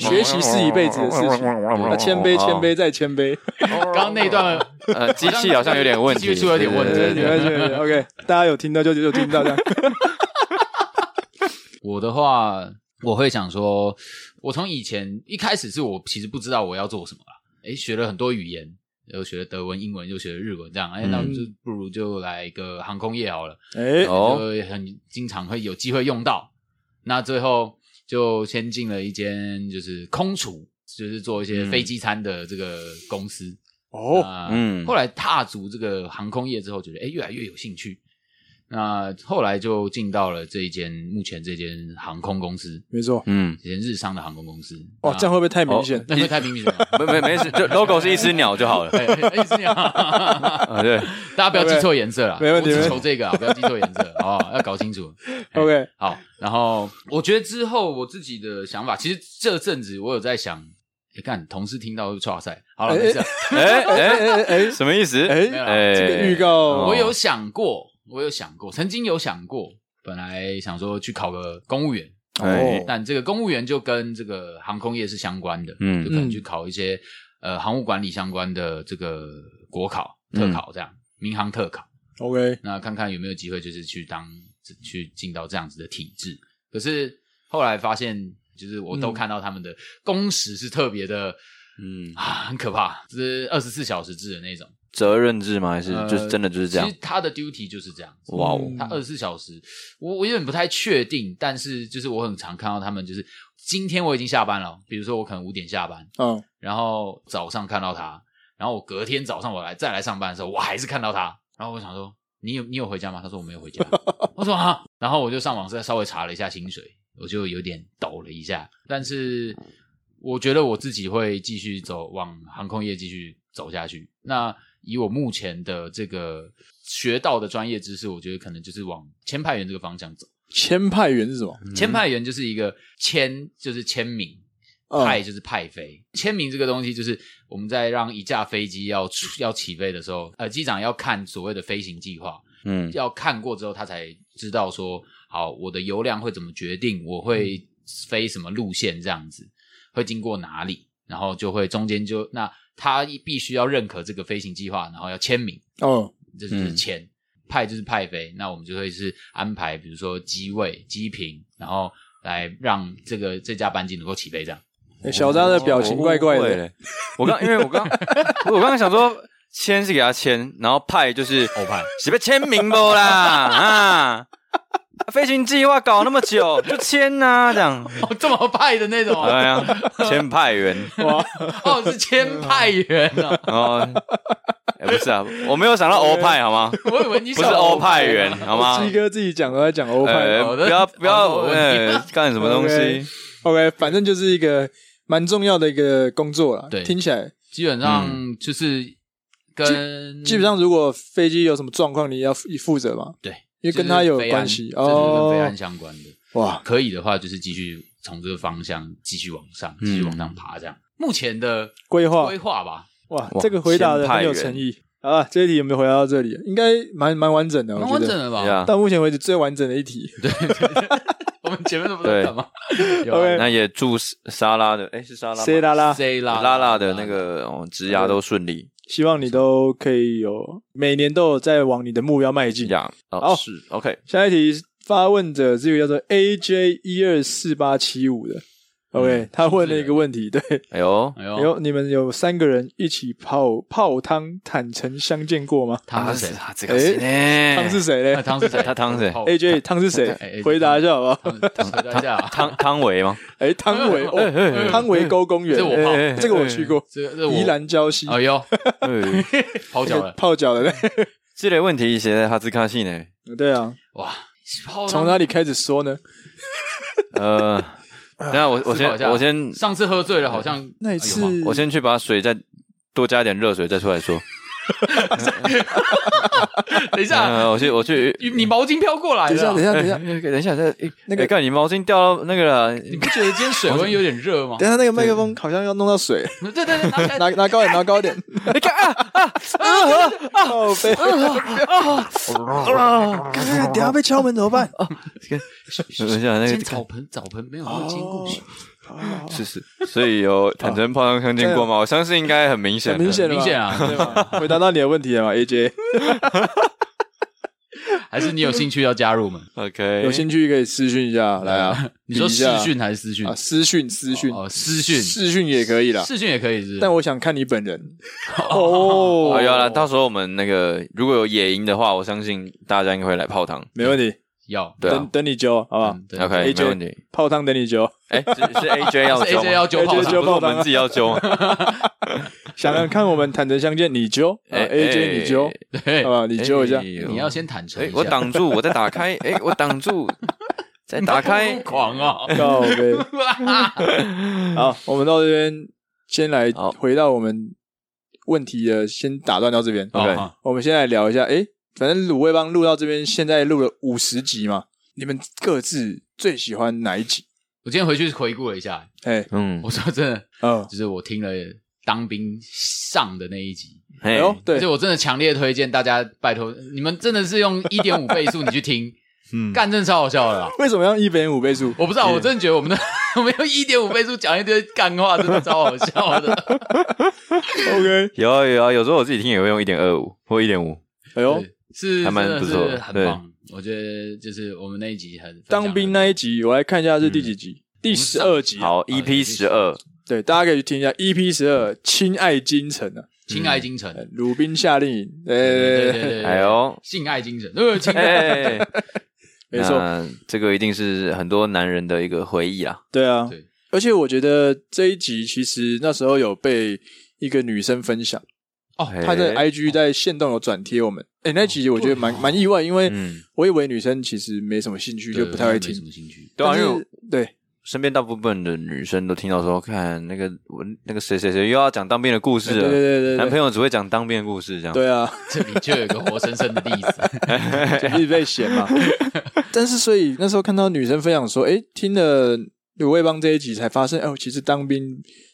学习是一辈子的事情，要谦卑、谦卑再谦卑。刚刚那一段呃，机器好像有点问题，机器有点问题对对你对会对觉得 OK，大家有听到就就听到这样。我的话，我会想说，我从以前一开始是我其实不知道我要做什么啦，诶，学了很多语言，又学了德文、英文，又学了日文，这样，诶，那我嗯们就不如就来一个航空业好了，哎，哦，就很经常会有机会用到。那最后就先进了一间就是空厨，就是做一些嗯飞机餐的这个公司。哦，那嗯后来踏足这个航空业之后，觉得哎越来越有兴趣。那后来就进到了这一间目前这间航空公司，没错。嗯，这间日商的航空公司。哇，啊这样会不会太明哦显？那会太平民了。 没没没 事，就 logo 是一只鸟就好了。哎哎是这 样啊，对，大家不要记错颜色啦，没问题我没问只题求这个啊，不要记错颜 色哦，要搞清楚。哎 OK，好，然后我觉得之后我自己的想法，其实这阵子我有在想，哎，看同事听到就哇塞，好了，没事啊，哎哎，哎哎什么意思？哎没哎，有啦哎，这个预告哦我有想过，我有想过，曾经有想过，本来想说去考个公务员，哎哦，但这个公务员就跟这个航空业是相关的，嗯就可能去考一些呃航务管理相关的这个国考、特考这样，民航特考， OK，那看看有没有机会就是去当去进到这样子的体制。可是后来发现，就是我都嗯看到他们的工时是特别的。嗯，啊，很可怕，就是二十四小时制的那种，责任制吗？还是呃就是真的就是这样其实？他的 duty 就是这样子，哇哦，他二十四小时，我我有点不太确定，但是就是我很常看到他们，就是今天我已经下班了，比如说我可能五点下班，嗯，然后早上看到他，然后我隔天早上我来再来上班的时候，我还是看到他，然后我想说，你有你有回家吗？他说我没有回家，我说啊，然后我就上网再稍微查了一下薪水，我就有点抖了一下，但是我觉得我自己会继续走往航空业继续走下去。那以我目前的这个学到的专业知识，我觉得可能就是往签派员这个方向走。签派员是什么？签派员就是一个签，就是签名，嗯派就是派飞。签名这个东西，就是我们在让一架飞机要出要起飞的时候，呃，机长要看所谓的飞行计划，嗯要看过之后，他才知道说，好，我的油量会怎么决定，我会飞什么路线，这样子会经过哪里，然后就会中间就那他必须要认可这个飞行计划，然后要签名。哦，这就是嗯签、派就是派飞，那我们就会是安排，比如说机位、机坪，然后来让这个这架班机能够起飞这样。哎小扎的表情怪怪哦我误会的，了。我刚因为我刚 我刚刚想说签是给他签，然后派就是欧派是被签名不啦啊。飞行计划搞那么久，就签呐、这样。哦，这么派的那哦种啊，哎呀，签派员哇，哦，是签派员 啊，哦，哎不是啊，我没有想到欧派好吗？我以为你不想是欧派员好吗？ 鸡哥自己讲都在讲欧派哦呃，好的不要不要，好的呃，干什么东西 OK？，OK，反正就是一个蛮重要的一个工作啦。对嗯听起来基本上嗯就是跟基本上如果飞机有什么状况，你要负负责嘛。对，因为跟他有关系就是飞安这就是跟飞哦安相关的。哇，可以的话，就是继续从这个方向继续往上，嗯继续往上爬，这样。目前的规划规划吧，哇哇，这个回答的先派很有人诚意。好了，这一题有没有回答到这里？应该蛮蛮完整的，我蛮觉完整得。的对吧？啊，到目前为止最完整的一题。 我们前面都不知道在干嘛。 有啊 OK 那也祝沙拉的，哎，是沙拉吗， C 啦啦， C 啦拉拉的那个哦，职涯都顺利希望你都可以有每年都有在往你的目标迈进。呀。哦，好是 OK，下一题，发问者这个叫做 AJ 一二四八七五的，OK，、他问了一个问题，对，哎呦，哎有、呦，你们有三个人一起泡泡汤，坦诚相见过吗？汤是谁？啊？这哎个是呢汤是谁 那嘞汤是谁？他汤是谁哦？AJ 汤是谁哎？回答一下好不好？汤汤回答一下，啊汤汤唯吗？哎，汤唯，哎哎哎哦，汤唯沟公园，这我泡哎哎这个我去过，这这我宜，兰礁溪哎呦，哎 跑脚了，泡脚的 嘞，这类问题写在哈兹卡西呢。对啊，哇！泡汤从哪里开始说呢？ 呃，等一下我我思考一下先我先上次喝醉了，好像那一哎有吗次，我先去把水再多加一点热水再出来 说。哎等一下，呃，我去我 去你你毛巾飘过来等一下，等一了，下，哎等一下，哎等一下，这哎那个哎干你毛巾掉到那个了，啊你不觉得今天水温有点热吗？等一下，那个麦克风好像要弄到水，对对对，拿起来拿拿高点，拿高点，你看啊靠背，啊！等下被敲门怎么办？等一 下那先个澡盆澡盆没有哦没有经过水，是是，所以有坦诚泡汤相见 过吗？我相信应该很明显啊很的，明显了吧，明显啊对吧，回答到你的问题了嘛？AJ 还是你有兴趣要加入吗？ OK，有兴趣可以私讯一下，来啊，你说比一视下讯还是私讯啊，？私讯私讯哦，私讯私讯也可以啦，视讯也可以是不是，但我想看你本人哦好，要了。到时候我们那个如果有野营的话，我相信大家应该会来泡汤。没问题，要对等啊等你揪，好不好嗯？对 OK， AJ 没问题。泡汤等你揪，哎，是是 AJ 要是揪 AJ 要吗，揪 AJ 不是我揪泡泡汤汤们啊自己要揪吗？想想看我们坦诚相见，你揪啊哎，AJ 哎你揪， 对好不，好？你揪一下哎，呦你要先坦诚一哎下，，我挡住，我再打开，哎，我挡住，再打你开不。狂哦，告呗。好，我们到这边先来好回到我们问题的，先打断到这边。 OK 哦我们先来聊一下，诶，反正卤味帮录到这边，现在录了五十集嘛，你们各自最喜欢哪一集？我今天回去回顾了一下，哎，嗯，我说真的，嗯，就是我听了当兵上的那一集，哎哎呦，对而且，我真的强烈推荐大家，拜托你们真的是用一点五倍速你去听，嗯干真的超好笑的啦。为什么要一点五倍速？我不知道，我真的觉得我们的我们用一点五倍速讲一堆干话，真的超好笑的。 OK，有啊有啊，有时候我自己听也会用一点二五或一点五。哎呦，是还蛮真的不错的是很棒。我觉得就是我们那一集很当兵那一集，我来看一下是第几集，第十二集。啊好，EP 十二，对，大家可以去听一下 EP 十二《亲爱京城》啊，亲爱精神，鲁滨夏令营。对对对对对，对，哎呦，性爱精神，呃，亲爱哎，没错，那这个一定是很多男人的一个回忆啊。对啊，对而且我觉得这一集其实那时候有被一个女生分享，哦哎她在 IG 在线动有转贴我们。哎、那集我觉得蛮蛮、意外，因为哦嗯，我以为女生其实没什么兴趣，就不太会听没什。么兴趣。对啊，但因是为我对身边大部分的女生都听到说，看那个我那个谁谁谁又要讲当兵的故事对了，对对对啊男朋对，友只会讲当兵的故事，这样。对啊，这里就有一个活生生的例子，就一直被嫌嘛。 但是所以那时候看到女生分享说，哎、听了鲁味帮这一集才发现，哦，其实当兵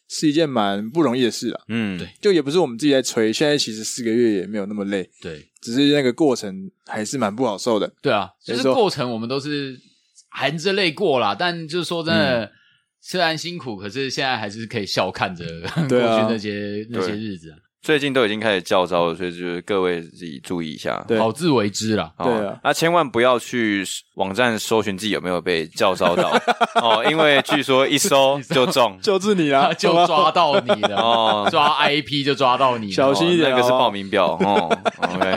是一件蛮不容易的事啊。嗯，对就也不是我们自己在吹，现在其实四个月也没有那么累，对只是那个过程还是蛮不好受的。对啊，就是没错过程我们都是含着泪过啦，但就是说嗯真的。虽然辛苦，可是现在还是可以笑看着过去对啊那些那些对日子啊，最近都已经开始叫招了，所以就是各位自己注意一下。对好自为 之啦。哦对啊那千万不要去网站搜寻自己有没有被叫招 到哦，因为据说一搜就中就是你啊啦， 就好不好抓到你 了，哦抓 IP 就抓到你了，小心一点啊哦那个是哦报名表哦。OK，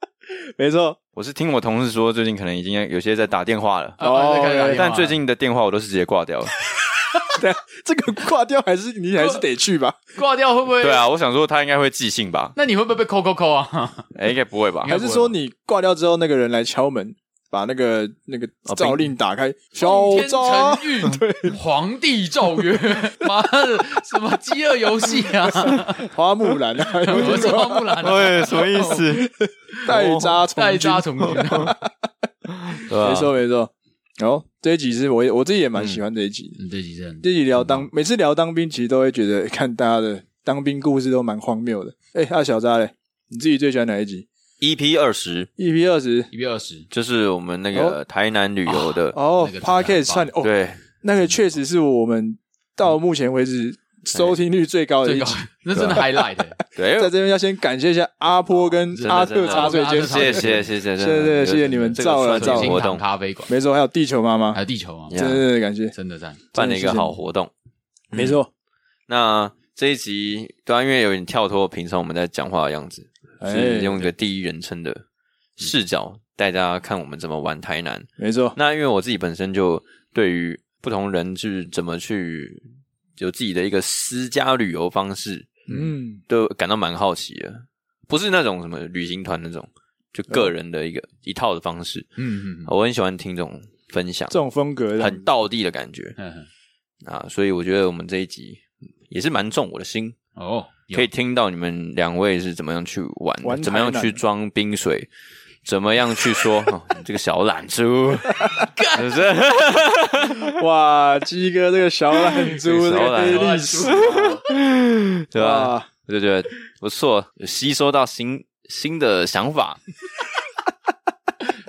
没错。我是听我同事说，最近可能已经有些在打电话了，啊我也在看哦打电话哎但最近的电话我都是直接挂 掉了。对，这个挂掉还是你还是得去吧，挂掉会不会？对，啊，我想说他应该会寄信吧？那你会不会被扣扣 扣啊？哎、应该不会吧应？该还不会吧是说你挂掉之后那个人来敲门，把那个那个哦诏令打开，小天啊诏 成玉，皇帝诏曰，妈的，什么饥饿游戏 啊？花木 兰啊，有我没是有花木兰啊，喂，什么意思？带渣从 带军扎从军 啊。对啊没错没错。然后这一集是我也我自己也蛮喜欢这一集的，嗯，这几阵这一集聊当每次聊当兵，其实都会觉得 看大家的当兵故事都蛮荒谬的。哎，那小渣嘞，你自己最喜欢哪一集 EP E 二十？EP 二十一比二十，就是我们那个台南旅游的，哦那个真的很棒，Podcast 算哦，对，那个确实是我们到目前为止收听率最高的最一高集。，那真的啊 highlight 欸。对，哎 在这边要先感谢一下阿波跟真的阿特茶水间，真的谢谢谢谢，真的谢谢谢谢你们这造个了造算了是金活堂动，咖啡馆，没错，还有地球妈妈还，有地球啊， Yeah 真的感谢，真的赞。办了一个好活动。嗯没错，那这一集对啊，因为有点跳脱平常我们在讲话的样子，哎是，用一个第一人称的视角带大家看我们怎么玩台南。没错，那因为我自己本身就对于不同人是怎么去有自己的一个私家旅游方式，嗯，都感到蛮好奇的。不是那种什么旅行团那种，就个人的一个、一套的方式。嗯嗯我很喜欢听这种分享这，种风格的很道地的感觉嗯嗯，啊，所以我觉得我们这一集也是蛮重我的心，哦，有可以听到你们两位是怎么样去玩的，玩怎么样台南去装冰水，怎么样去 说、哦、你这个小懒猪，是不是？哇，鸡哥这个小懒猪，这这个小个懒黑猪历史，对啊吧？哇我就觉得不错，有吸收到新新的想法，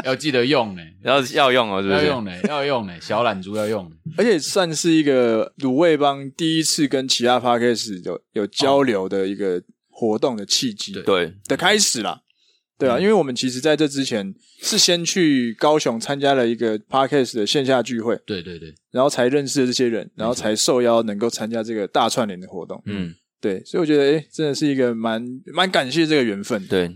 要记得用呢，要要用哦，是不要是？用呢，要用呢，小懒猪要用呢。而且算是一个卤味帮第一次跟其他 podcast 有有交流的一个活动的契机对对，的开始啦。对嗯啊，因为我们其实在这之前是先去高雄参加了一个 podcast 的线下聚会，对对对，然后才认识了这些人，然后才受邀能够参加这个大串联的活动。嗯，对，所以我觉得，诶，真的是一个蛮蛮感谢这个缘分的。对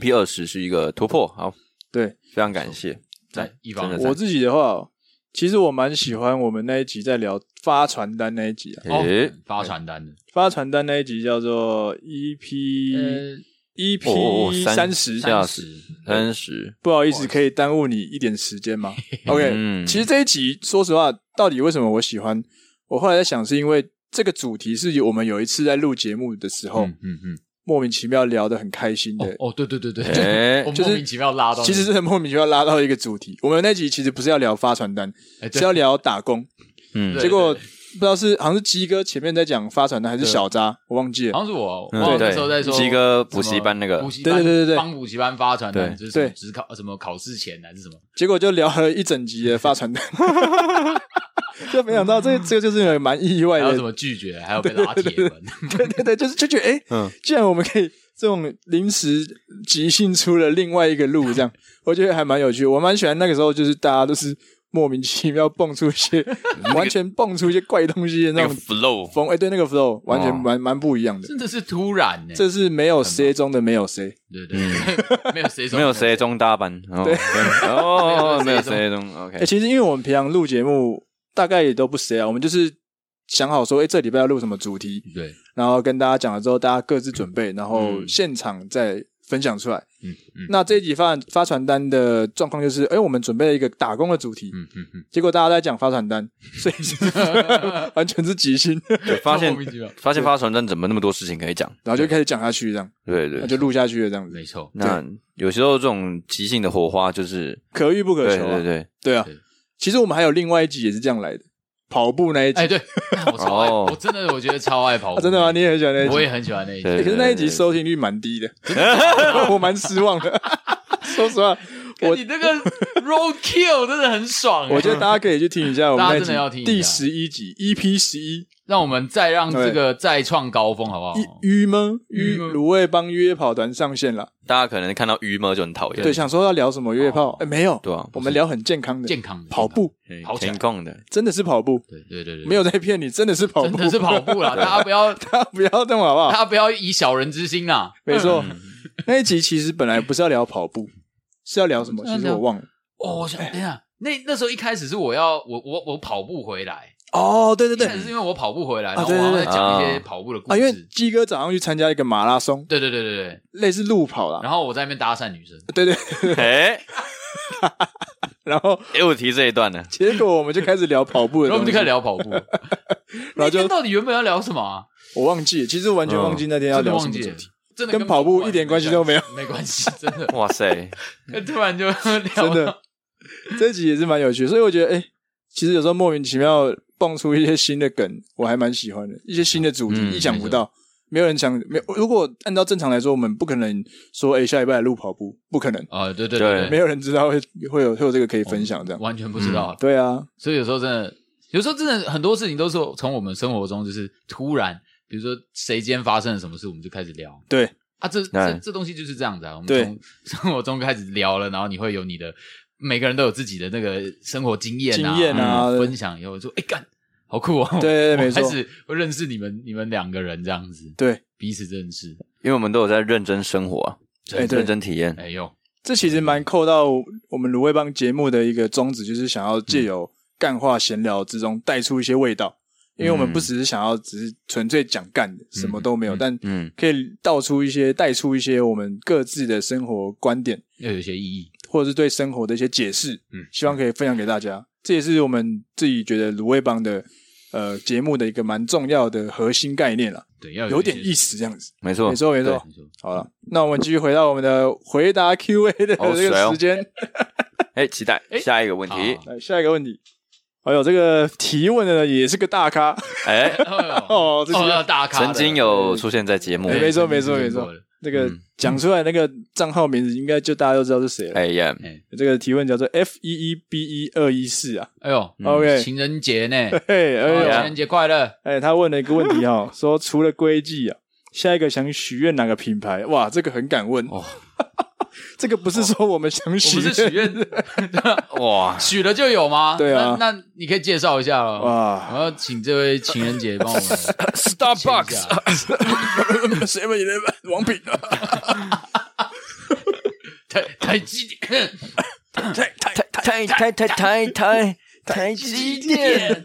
EP 二十是一个突破，好，对非常感谢。在一方真的我自己的话，哦其实我蛮喜欢我们那一集在聊发传单那一集啊，哦诶，发传单的，发传单那一集叫做 E EP、呃哦 EP 三三十这样三子十，三十，不好意思，可以耽误你一点时间 吗？OK，、嗯其实这一集说实话，到底为什么我喜欢？我后来在想，是因为这个主题是我们有一次在录节目的时候，嗯嗯嗯，莫名其妙聊得很开心的。哦哦，对对对对，哎 我就是莫名其妙拉到那个，其实是很莫名其妙拉到一个主题。我们那集其实不是要聊发传 单，哎对是要聊打工。嗯对结果不知道是好像是鸡哥前面在讲发传单，还是对小渣，我忘记好了。像是我，我嗯忘了对那时候在说鸡哥补习班那个什么补习班对对对对对帮补习班发传单，对就是什么对只考什么考试前还是什么，结果就聊了一整集的发传 单，就没想到这这个就是有蛮意外还有的什，么拒绝，还有被拉铁 门，对对对，就是就觉得哎，嗯既然我们可以这种临时即兴出了另外一个路，这样 我觉得还蛮有趣。我蛮喜欢那个时候，就是大家都是莫名其妙蹦出 一些完全蹦出一些怪东西的那那个种 flow，风，哎，对，那个 flow 完全蛮蛮不一样的。真的是突然欸呢，这是没有 C 中的没有 C，对对对， 没有谁嗯说没有 C 中大班，哦对对哦，没没有有 C C 中哎、 ，OK，其实因为我们平常录节目，大概也都不 C 啊，我们就是想好说，哎、这礼拜要录什么主题，对，然后跟大家讲了之后，大家各自准备，然后嗯现场再分享出来。嗯嗯那这一集发发传单的状况就是，哎、我们准备了一个打工的主题，嗯嗯嗯，结果大家都在讲发传单，所以是完全是即兴，对发现莫名其妙发现发传单怎么那么多事情可以讲？然后就开始讲下去，这样对那对，就录下去了，这样子没错，那有时候这种即兴的火花就是，可遇不可对求、啊，对对，对啊对。其实我们还有另外一集也是这样来的，跑步那一集，哎，对，我超爱，哦我真的我觉得超爱跑啊步，真的吗？你也很喜欢那一集？我也很喜欢那一集，对欸可是那一集对对收听率蛮低的， 我蛮失望的。说实话，我我你那个 roll kill 真的很爽欸，我觉得大家可以去听一下我们大家那真的要一听集一下第十一集 EP 十一，让我们再让这个再创高峰，好不好？鱼吗？鱼鱼哦吗卤味帮约跑团上线了。大家可能看到鱼嘛就很讨厌，对，想说要聊什么约炮？哦哎，没有，对啊我们聊很健康的健康的跑，步，对跑起来填空的，真的是跑步，对对对对，没有在骗你，真的是跑真步，的是跑步啦，大家不要大大家 不要动好 不好？家不要以小人之心啦，啊没错，那一集其实本来不是要聊跑步，是要聊什么？其实我忘了。哦，我想等一下，那那时候一开始是我要我我我跑步回来，哦，对对一对开始是因为我跑步回来，啊然后对我对要对在讲一些啊跑步的故啊，事。因为鸡哥早上去参加一个马拉松，对对对对对，类似路跑啦。然后我在那边搭讪女生，啊对对，哎、然后哎、我提这一段呢，结果我们就开始聊跑步的然东西，后我们就开始聊跑 步。然后就那天到底原本要聊什么啊？我忘记了，其实完全忘记那天要真聊的什忘么记主了题，，真的跟跑步一点关系都没有，没关系，真 的。哇塞，突然就 聊真到的， 这一集也是蛮有趣的，所以我觉得，哎，其实有时候莫名其妙蹦出一些新的梗，我还蛮喜欢的，一些新的主题嗯意想不到。没有人想，没有。如果按照正常来说，我们不可能说，哎、下礼拜来录跑步，不可能。啊，对对对没有人知道会会有会有这个可以分享这样。完全不知道。对啊，所以有时候真的，有时候真的很多事情都是从我们生活中，就是突然，比如说谁今天发生了什么事，我们就开始聊对啊，这哎这这东西就是这样子啊。我们对从生活中开始聊了，然后你会有你的，每个人都有自己的那个生活经验啊，经验啊嗯分享以后说，哎干，好酷哦，对对对 我没错开始会认识你们你们两个人这样子，对，彼此认识，因为我们都有在认真生活啊，哎对认真体验，哎呦，这其实蛮扣到我们卤味帮节目的一个宗旨，就是想要借由干话闲聊之中带出一些味道，因为我们不只是想要只是纯粹讲干的，什么都没有，嗯但嗯，可以道出一些带出一些我们各自的生活观点，又有些意义，或者是对生活的一些解释，嗯希望可以分享给大家。这也是我们自己觉得卤味帮的呃节目的一个蛮重要的核心概念了，对，要有一些点意，哦思这样子。没错，没错没对错， 好了，那我们继续回到我们的回答 Q&A 的哦这水个哦时间。哎、期待哎下一个问题，啊来下一个问题，哎呦，这个提问的呢也是个大咖哎、哦，哦，这要个大咖的，曾经有出现在节目，哎没错没错没错过了，那个嗯讲出来那个账号名字，应该就大家都知道是谁了。哎呀，哎，这个提问叫做 F 一一 B 一二一四啊哎呦，嗯，OK，情人节呢，嘿嘿，哦 哎情呦，呀人节快乐！哎，他问了一个问题 哈，说除了龟记啊，下一个想许愿哪个品牌？哇，这个很敢问哦， 这个不是说我们想哦我许不是许愿，愿， 哇，许了就有吗？对啊那那你可以介绍一下了。哇我要请这位情人节帮我 们 Starbucks，谁们也能王品啊，台台积电，太哎台太台台台台台积电，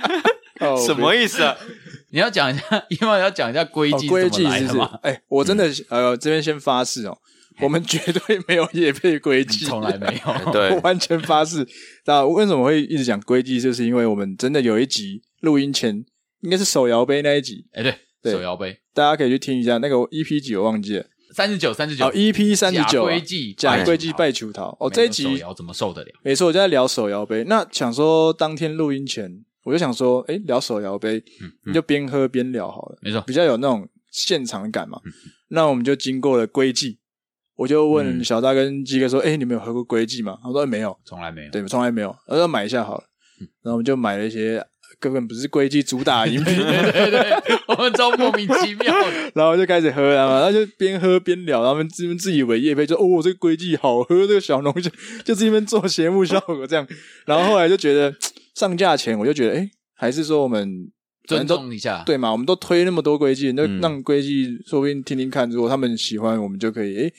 哦什么意思 啊？你要讲一下，因为要讲一下规哦，矩规怎矩么来是的不是嘛？？嗯哎，我真的呃，这边先发誓哦，我们绝对没有业配规矩，，从来没有。对 完全发誓。那为什么会一直讲规矩？就是因为我们真的有一集录音前，应该是手摇杯那一集，哎，对，对手摇杯大家可以去听一下。那个 EP 几我忘记了，三十九，三十九哦，，EP 三十九规矩，假规矩拜酒求桃。桃哦，这一没有集手摇怎么受得了？没错，我就在聊手摇杯。那想说当天录音前，我就想说，哎，聊手摇杯，嗯你就边喝边聊好了。没错，比较有那种现场感嗯嘛。那我们就经过了龟记，我就问嗯小大跟鸡哥说：“哎、你们有喝过龟记吗？”他说：“没有，从来没有。对，从来没有。”我说：“买一下好了。”然后我们就买了一些根本不是龟记主打的饮品， 对对对，我们超莫名其妙的。然后就开始喝了嘛，然后就边喝边聊，然后他们自自以为业配就哦，这个龟记好喝，这个小农就就这边做节目效果这样。然后后来就觉得上架前我就觉得，哎、还是说我们反尊正都重一下，对嘛，我们都推那么多规矩，那嗯让规矩说不定听听看，如果他们喜欢，我们就可以诶、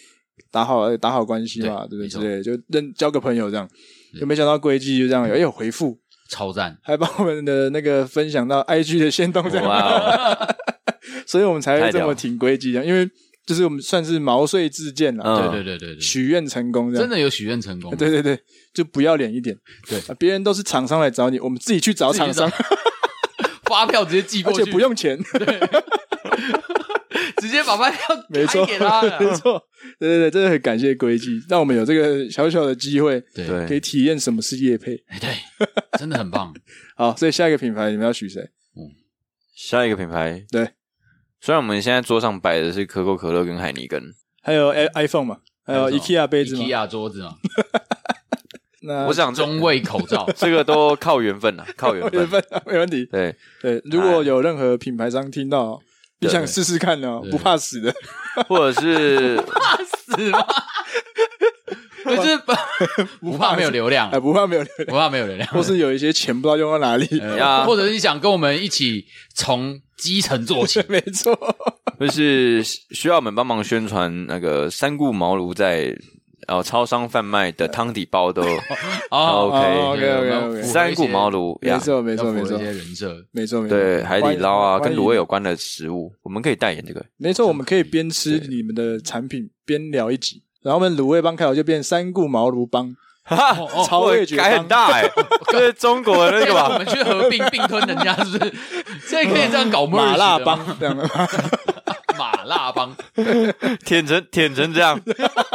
打好打好关系嘛，对不对对？没之错类的，就认交个朋友这样。对就没想到规矩就这样有哎有回复，超赞，还把我们的那个分享到 IG 的线动这哇样，哦， 所以我们才太会屌这么挺规矩这样，因为就是我们算是毛遂自荐了，嗯对对对对对，许愿成功这样。真的有许愿成功，对对对，就不要脸一点。对啊别人都是厂商来找你，我们自己去找自己厂去商，发票直接寄而过且去，不用钱。 直接把发票没错，开给他了没错，对对对，真的很感谢规矩，让我们有这个小小的机会，对对可以体验什么是夜配。哎对，真的很棒。好，所以下一个品牌你们要许谁？下一个品牌，对，虽然我们现在桌上摆的是可口可乐跟海尼根，还有 i- iPhone 嘛，还有还有什 IKEA 杯子嘛。 IKEA 桌子嘛，那我想这中卫口 罩， 这个都靠缘分啊，靠缘没分。问没问题。对，对，如果有任何品牌商听到，你哎对想试试看呢，对不怕死的，或者是怕死吗？我就是不不怕没有流啊量哎，，不怕没有，不怕没有流量， 或是有一些钱不知道用到哪里。呀呃或者是你想跟我们一起从基层 做起 ，没错，就是需要我们帮忙宣传那个三顾茅庐在呃超商贩卖的汤底包 都哦 OK，哎 OK，OK，OK 三顾茅庐没呀。错，没没错，没错一，些人设， 没错，没错。对，海底捞啊，跟欢迎卤味有关的食物，我们可以代言这个。没错，我们可以边吃你们的产品边聊一集，然后我们卤味帮开头就变三顾茅庐帮， 哈哦哈，哦超味觉改很大哎， 这是中国的那个 我吧？们去合并并吞人家，是不是？所以可以 这样搞 merge 麻辣的吗 帮，这样的吗。马辣帮，舔成舔成这样，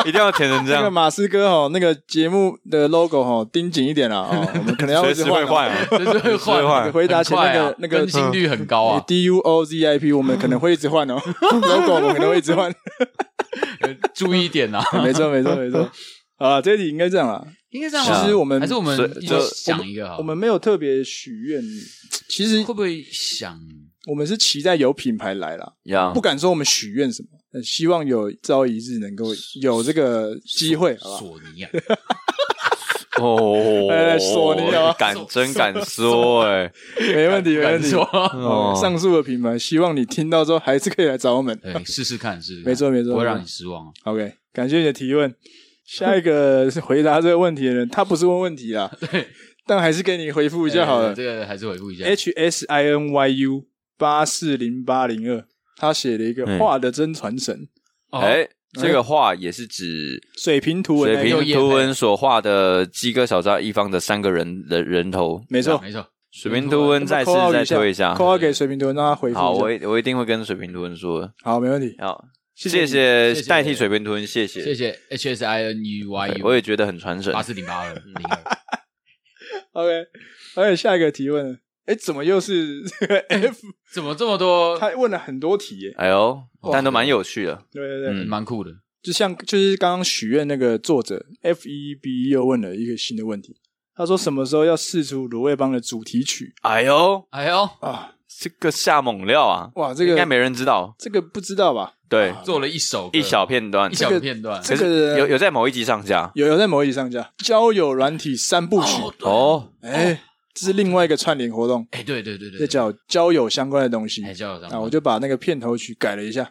一定要舔成这那个样，马斯哥哦，那个节目的 logo 哦，盯紧一点啦哦，我们可能要随一直时会哦换啊。就是 会会换啊换你回答前那个那个更新率很高啊， D U O Z I P，我们可能会一直换哦，logo 我们可能会一直换。嗯注意一 点啊。没错，没错，没错。啊，这一题应该这样啦。应该这样是啊吧，其实我们还是我们所以一起就想一个好了，我们没有特别许愿，其实会不会想？我们是期待有品牌来啦，呀 不，敢说我们许愿什么，但希望有朝一日能够有这个机会，好吧？索尼啊，哦哎索尼啊敢真敢说哎，没问 题，没问敢题。说，哦哦，上述的品牌，希望你听到之后还是可以来找 我们。 对，试试看，试试看，没错没错不没错会让你失望啊。 OK，感谢你的提问。下一个是回答这个问题的人，他不是问问题啦，对，但还是给你回复一下好哎了对。哎这个还是回顾一下。 H S I N Y U 八四零八零二，他写了一个嗯画的真传神哦，哎，这个话也是指水平图文那水一个，又平业配图文所画的鸡哥小扎一方的三个人的人头。没错。啊没错，水平图文再次再推一下，扣号给水平图文，让他回复一下。好，我一我一定会跟水平图文说的。好，没问题。好，谢谢谢谢谢谢代替水平图文，谢谢谢。谢 H S I N U Y 哎我 U 也觉得很传神八。四零八二零二， OK，而且下一个提问，哎，怎么又是 这个 F？ 怎么这么多？他问了很多题耶。哎呦，哇但都蛮有趣的。对对对，嗯蛮酷的。就像就是刚刚许愿那个作者 F E B 又问了一个新的问题，他说什么时候要试出卤味帮的主题曲哎呦，哎呦，啊？这个下猛料啊！哇，这个应该没人知道。这个不知道吧？对，做了一首歌一小片段一。小这个片段，可这个是有有在某一集上架有有在某一集上架《交友软体三部曲》哦。哎、这是另外一个串联活动，哎，对对对对，在讲交友相关的东西哎叫什啊。么我？就把那个片头曲改了一下，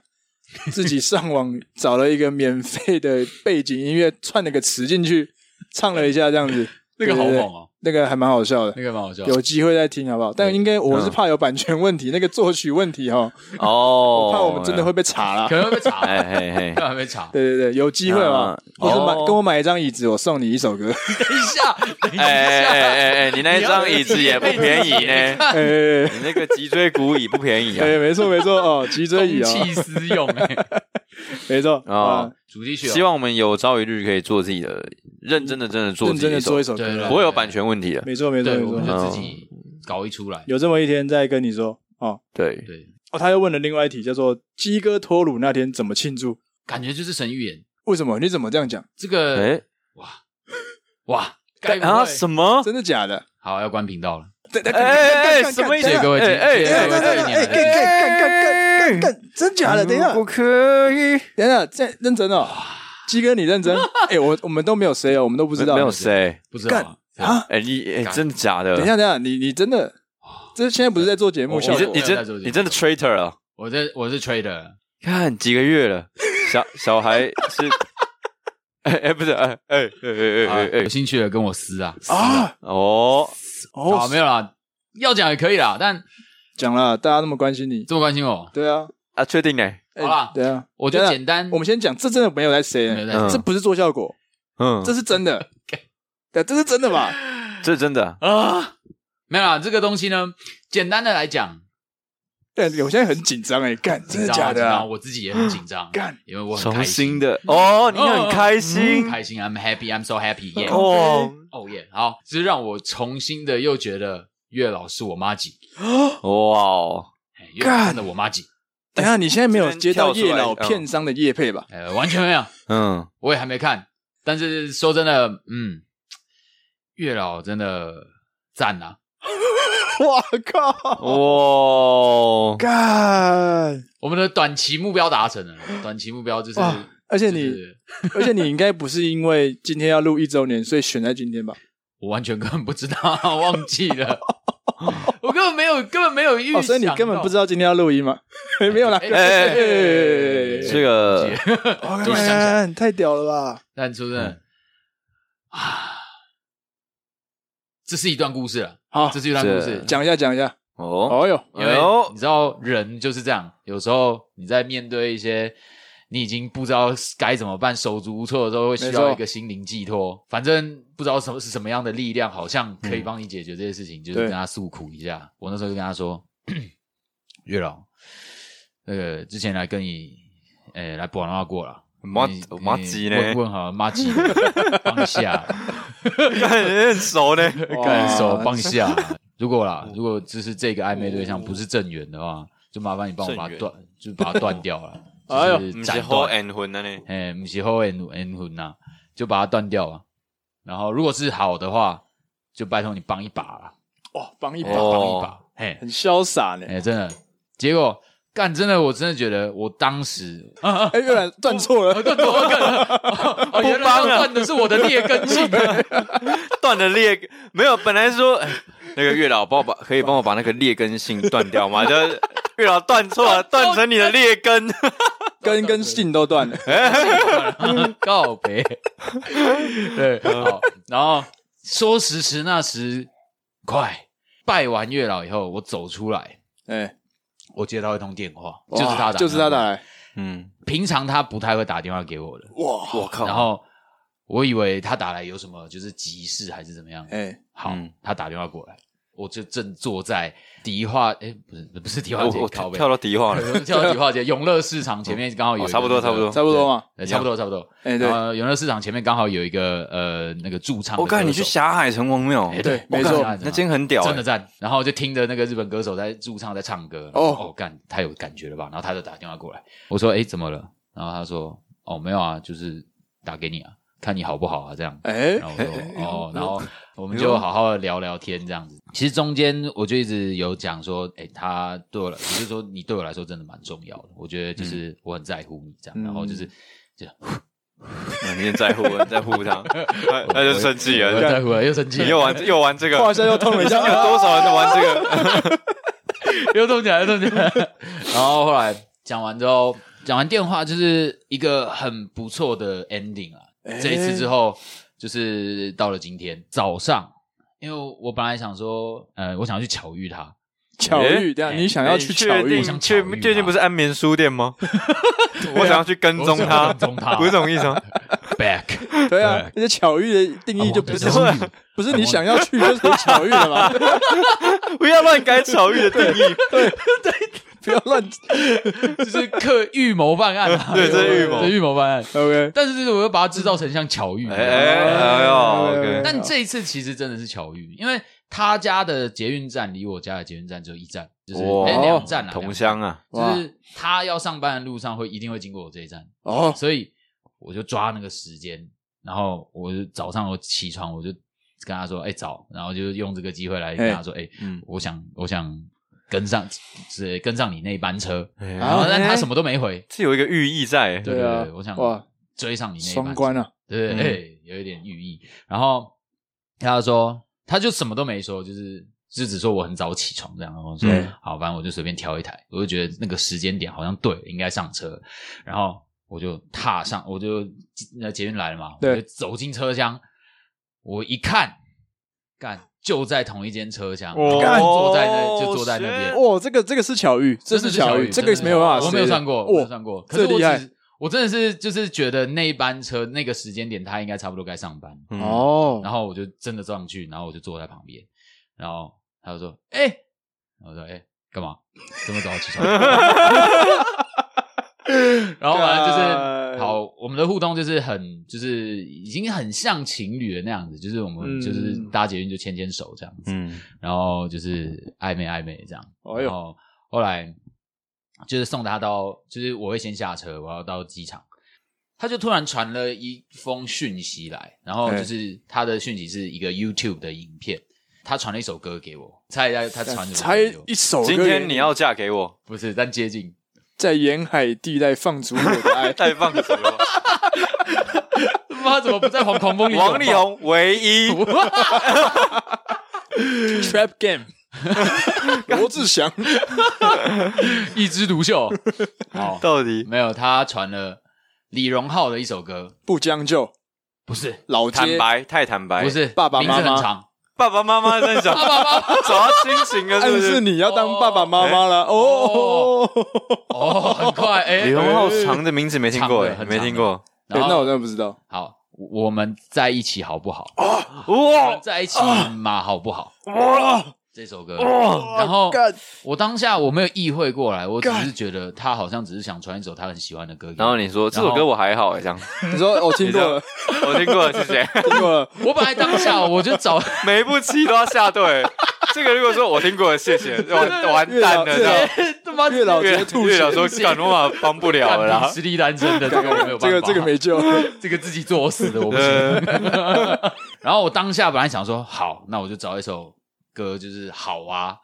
自己上网找了一个免费的背景音乐，串了个词进去，唱了一下这样子。那个好对猛对对哦，那个还蛮好笑的那。个蛮好笑。有机会再听好不好？但应该嗯我是怕有版权问题，那个作曲问题哈，哦， 我怕我们真的会被查啦可。能会被 查，哎嘿嘿可。能会被查。对对对，有机会嘛嗯？或者买哦跟我买一张椅子，我送你一 首歌。 等一下，等一哎哎哎下，哎哎，你那张椅子也不便宜呢，哎哎，哎你那个脊椎骨椅不便宜啊。哎没错没错哦， 脊椎椅公哦，器私用。 哎，没错哦啊，主题曲哦，希望我们有朝一日可以做自己的，认真的真的做认自己真的的一首做一，首歌对啦对不会有版权问题的。没错没错对，没错我们就，就自己搞一出来。有这么一天再跟你说哦对，对，哦，他又问了另外一题，叫做鸡哥脱乳那天怎么庆祝？感觉就是神预言。为什么？你怎么这样讲？这个哎，哇哇，该不啊会什么？真的假的？好要关频道了？对对哎哎哎，什么意思？谢谢各位哎哎谢谢哎哎等各一下位等一下谢谢等你一下哎，干们干干干干干，真假的？等一下，不可以，等一下，这认真哦，鸡哥你 认真？哎，我我们都没有谁哦，我们都不知道，没有谁。不知道啊啊？哎，你哎，干真的假的？哦等一下，等一下，你你真的，这现在不是在做节目我效你真果？我你我在做真这个你真的 traitor 啊！我这我是 trader，看几个月了，小小孩是，哎哎不是哎哎哎哎啊哎哎有兴趣的跟我撕啊！啊哦，好，哦，没有啦，要讲也可以啦，但讲了，大家那么关心你，这么关心我，对啊，啊确定呢？哎好啦对啊，我就等一下简单，我们先讲，这真的没有在谁，没有在嗯这不是做效果，嗯，这是真的，对，这是真的吧？这真的啊，没有啦，这个东西呢，简单的来讲，对，我现在很紧张哎，干，真紧的张假啊，紧的张啊，啊？我自己也很紧张，干，因为我很重开新心，的哦，你哦很开很心开心，I'm happy，I'm so happy，yeah，哦哦耶，好，这是让我重新的又觉得月老是我妈几，哇哦，哎月老真的我妈几，等一下，你现在没有接到这边叶跳出来老片商的叶配吧？呃，完全没有。嗯，我也还没看，但是说真的，嗯，月老真的赞啊呐、我靠，哇，干我们的短期目标达成了，短期目标就是，哇！而且就你，是而且你应该不是因为今天要录一周年，所以选在今天吧？ 我完全根本不知道，忘记了，我根本没有，根本没有预想到、哦，所以你根本不知道今天要录音嘛？没有啦，哎。哎哎哎哎，这个哦你想想干太屌了吧！ 但说真的，嗯啊，这是一段故事了，好这，是一段故事这。讲一下，讲一下。哦，哦哟，因为有你知道人就是这样，有时候你在面对一些你已经不知道该怎么办、手足无措的时候，会需没错要一个心灵寄托。反正不知道什么是什么样的力量，好像可嗯以帮你解决这些事情，就是对跟他诉苦一下。我那时候就跟他说：“ 月老，那个之前来跟你，诶、来布瓦纳过了。”马你你马吉呢？问问好，马吉帮一下，看你很熟呢，干手哇帮一下。 如果啦，如果就是这个暧昧对象不是正缘的话，就麻烦你帮我把它正断，就把它断掉了。哎呦就是不是斩好断， and 婚的呢？哎，不是后 N N 婚呐，就把它断掉啊。然后如果是好的话，就拜托你帮一把啦，哇，帮一把，哦帮一把，嘿，很潇洒呢。哎，真的。结果干，真的，我真的觉得我当时 啊啊，哎，原来断错了，断多根了，哦，原来要断的是我的劣根性。啊断了裂，没有，本来说哎那个月老帮我把可以帮我把那个劣根性断掉吗？这月老断错了，断成你的劣根。根跟性都 断了。告别。 对，嗯好，然后说时迟那时快，拜完月老以后，我走出来，哎，我接到一通电话，哇就是他打，就是他打。来。嗯，平常他不太会打电话给我的，哇，我靠，然后我以为他打来有什么就是急事还是怎么样。哎，好嗯，他打电话过来，我就正坐在迪化，哎，不是不是迪化 我街，我靠跳北跳到迪化了，我跳到迪化街，永乐市场前面刚好有 一哦个差不多那个差不多差不多嘛。呃差不多差不多。哎，对然，后永乐市场前面刚好有一个呃那个驻唱的我歌手，看你去霞海城隍庙，哎对我没干错霞海城那隍间很屌，真欸的赞。然后就听着那个日本歌手在驻唱，在唱歌。哦哦，干，太有感觉了吧？然后他就打电话过来，我说：“哎，怎么了？”然后他说：“哦，没有啊，就是打给你啊，看你好不好啊，这样。”哎，然后我说哦，然后我们就好好的聊聊天这样子。其实中间我就一直有讲说，哎、他对我来，也就是说你对我来说真的蛮重要的。我觉得嗯就是我很在乎你这样，然后就是就哎你很在乎，很在乎他，他他就生气我了。在乎了，又生气你了，又玩又玩这个，胯下又痛了一下。有多少人在玩这个？ 又动起来，又动起来。然后后来讲完之后，讲完电话就是一个很不错的 ending 啊。哎这一次之后，就是到了今天早上，因为我本来想说，呃，我想要去巧遇他，巧遇，这样哎你想要去巧确遇我？想定确巧遇他确定不是安眠书店吗？我想要去跟踪我想他要，跟踪他不是这种意思吗？ back。 对啊，那些巧遇的定义就不是不是你想要去就是巧遇了嘛？ 不要乱改巧遇的定义，不要乱。就是刻预谋办案啊， 对这是预谋这是预谋办案。 OK，但是就是我又把它制造成像巧遇一样，哎哎呦，OK，但这一次其实真的是巧遇，因为他家的捷运站离我家的捷运站只有一站，就是哇哎两站啊，同乡啊，两站，就是他要上班的路上会一定会经过我这一站，哦，所以我就抓那个时间，然后我就早上我起床我就跟他说，哎早，然后就用这个机会来跟他说，哎，嗯，我想我想跟上是跟上你那班车，然然后后但他什么都没回，这有一个寓意在，对对啊对对，我想哇追上你那一双班，关啊！对，嗯哎有一点寓意。然后他就说，他就什么都没说，就是就只说我很早起床这样。然后我说、嗯好，反正我就随便挑一台，我就觉得那个时间点好像对，应该上车。然后我就踏上，我就那捷运来了嘛，对我就走进车厢，我一看，干就在同一间车厢，哦然后坐在那就坐在那是边，哇，这个这个是巧遇，这真的是巧遇，这真个的是没有办巧遇法，我没有算过，我没有哇，算过，可这是我厉害只是我真的是就是觉得那一班车那个时间点，他应该差不多该上班，嗯，哦，然后我就真的坐上去，然后我就坐在旁边，然后他就说：“哎、然后我说：“哎、干嘛这么早啊起床？” 然后反正就是干好，我们的互动就是很就是已经很像情侣的那样子，就是我们嗯就是搭捷运就牵牵手这样子，嗯，然后就是暧昧暧昧这样。哎然呦，后后来就是送他到，就是我会先下车，我要到机场。他就突然传了一封讯息来，然后哎就是他的讯息是一个 YouTube 的影片，他传了一首歌给我，猜一下他传什么才歌给我？一首歌，今天你要嫁给我，，不是，但接近。 在沿海地带放逐我的爱太放手了，妈怎么不在狂狂风里拥抱？王力宏唯一， Trap Game 罗志祥，一枝独 秀。好，到底没有他传了李荣浩的一首歌，不将就，不是老坦街，白太坦白，不是哎爸爸妈妈名字很长，爸爸妈妈在讲，爸爸妈妈找到亲情了，是暗不示是？你要当爸爸妈妈了哦。哦，很快哎，李荣浩长的名字没听过，长的哎很没听过，哎，然后那我真的不知道，好，我们在一起好不好？哦我们哇在一起嘛好不好？哇这首歌，哇！然后哦干我当下我没有意会过来，我只干是觉得他好像只是想传一首他很喜欢的歌给我。然后你说这首歌我还好，哎，这样你说我听过了， 我听过，谢谢。听过了，我本来当下我就 找每一部戏都要下对，这个如果说我听过了，谢谢，完完蛋了，月这老样。 他妈月老月直接吐月血老，说干我嘛帮不了了啦 干。实力单身的这个我没有这个办法，这个没 救，这个自己作死的我不行。 呃，然后我当下本来想说，好，那我就找一首歌，就是好啊。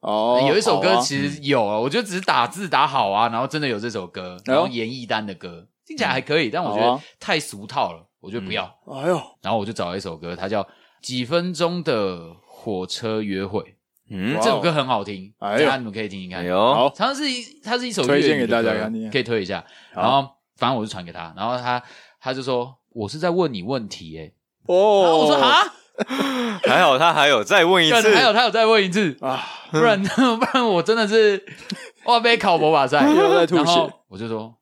哦，有一首歌好啊其实有啊，我就只是打字打好啊，然后真的有这首歌，哎呦然后严艺丹的歌听起来还可以，但我觉嗯好得啊太俗套了，我觉得不要。哎呦，然后我就找了一首歌，它叫《几分钟的火车约会》，嗯哇哦这首歌很好听，哎大呦家你们可以听听看哎。呦，好它是一它是一首推荐粤语的给大家歌啊看听可以推一下。好然后反正我就传给他，然后他他就说我是在问你问题哎，然后哦，我说啊，还好他还有再问一干次还，有他有再问一次，啊， 不然嗯不然我真 的是哇被考博把赛，又在吐血然后我就说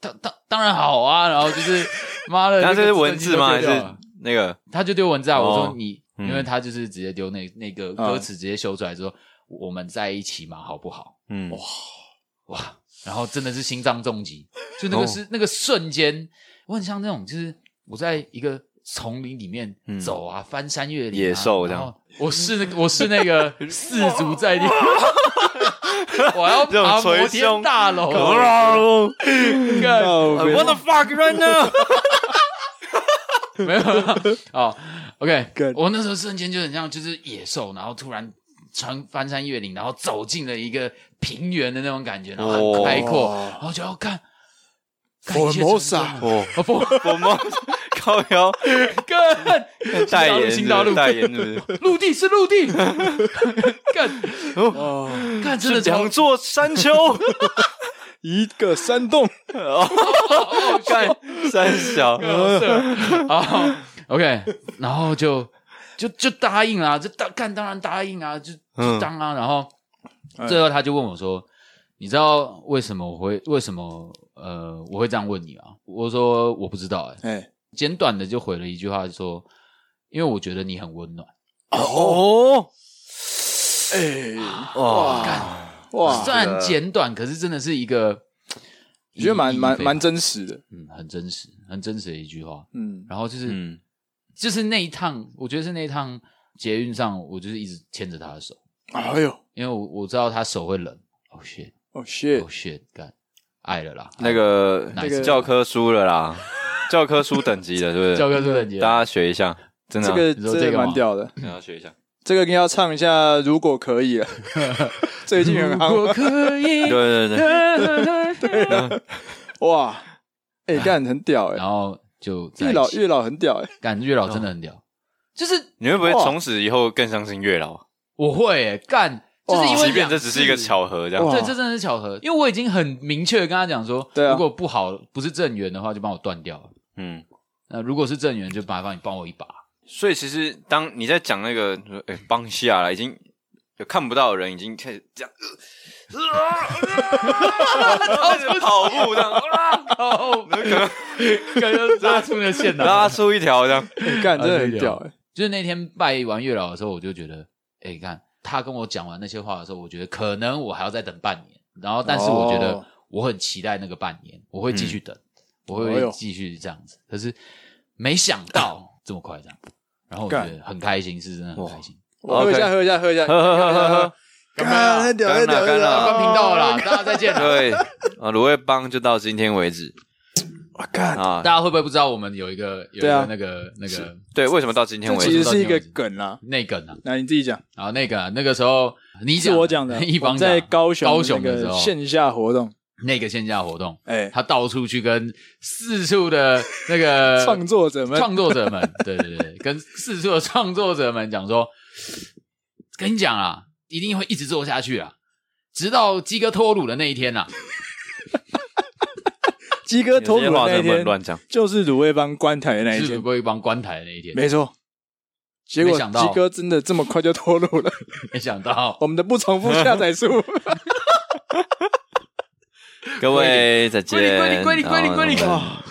当当当然好啊，然后就是妈的， 那这那是个文字吗？还字都丢掉啊是了那个？他就丢文字啊？我哦说你，嗯因为他就是直接丢那那个歌词直接修出来之后，我们在一起嘛，好不好？嗯，哇，然后真的是心脏重 击，就那个哦是那个瞬间，我很像那种就是我在一个。丛林里面嗯走啊，翻山越岭啊、野兽这然样后我是那我是 那个四足在地，我要这种爬摩捶天胸大楼，哎 I 干 wanna fuck right now。 没有啊、哦、，OK，干我那时候瞬间就很像就是野兽，然后突然穿翻山越岭，然后走进了一个平原的那种感觉，然后很开阔，哦然后就要看，看一切成 Formosa，真了哦，哦不，我们靠腰干代言是新不大陆是，代新言是不大陆，陆地是陆地， 干哦，干真是？的是超两座山丘，一个山哦洞，好笑看山小，好色好，OK，然后就就就答应啦、就当干当然答应啊，就就嗯当啊，然后哎最后他就问我说：“你知道为什么我会为什么呃我会这样问你啊？”我说：“我不知道、欸。哎，”简短的就回了一句话说：“因为我觉得你很温暖。哦，哎，哦哇，哇虽，然简短，可是真的是一个我觉得蛮意义蛮非蛮真实的，嗯很真实很真实的一句话。嗯，然后就是、嗯，就是那一趟，我觉得是那一趟捷运上，我就是一直牵着他的手。哎呦，因为我我知道他手会冷。哦、shit，哦哦、 shit， shit，干爱了啦，那个那个教科书了 啦，教科书等级的，是不是？教科书等级，大家学一下，真的这啊，个你说这这个个吗蛮屌的，大家学一下。这个应该要唱一下，如果可以 了，最近很夯，我可以对。对对，哇，哎，干很屌哎然，后就在月一老起月老很屌哎，干月老真的很哦屌，就是你会不会哇从此以后更相信月老？啊我会欸干，就是因为即便这只是一个巧。巧合，这样哇对，这真的是巧合，因为我已经很明确地跟他讲说，对啊如果不好不是正缘的话，就帮我断掉了。嗯。那如果是正缘，就麻烦你帮我一 把。所以其实当你在讲那个哎帮下了，已经有看不到的人已经开始这样， 开始跑步这样， 哦，可能感觉拉出了线了。拉出一条这样，哎干啊真的很屌哎，就是那天拜完月老的时候，我就觉得，哎、你看他跟我讲完那些话的时候，我觉得可能我还要再等半年，然后但是我觉得哦嗯我很期待那个半年，我会继续等，我哎呦会继续这样子。可是没想 到这么快这样，然后我觉得很开心，是真的很开心。我喝一下喝一下喝一下，呵呵呵呵呵，干啊太屌干太啊屌了干太了关屌，频道了啦，大家再见了。对，啊，芦苇帮就到今天为止哇干，啊大。家会不会不知道我们有一个有一对啊个那个那个对，为什么到今天这为其止实？是一个梗啦，内梗啊？来你自己讲。然后那个啊那个时候你是讲，我讲的 一我方在讲高雄高雄那的时个候线下活动，那个线下活动， 哎，他到处去跟四处的那 个创作者们，创作者们，对对对，跟四处的创作者们讲说，跟你讲啊，一定会一直做下去啊，直到鸡哥脱乳的那一天啊。鸡哥投有些乳话那真的一不天能，乱讲。就是卤味帮关台的那一是天，不会帮关台的那一天，没错。结果没想到鸡哥真的这么快就 脱乳了，没想到我们的不重复下载数。各位再见， 归零归零归零归零然后啊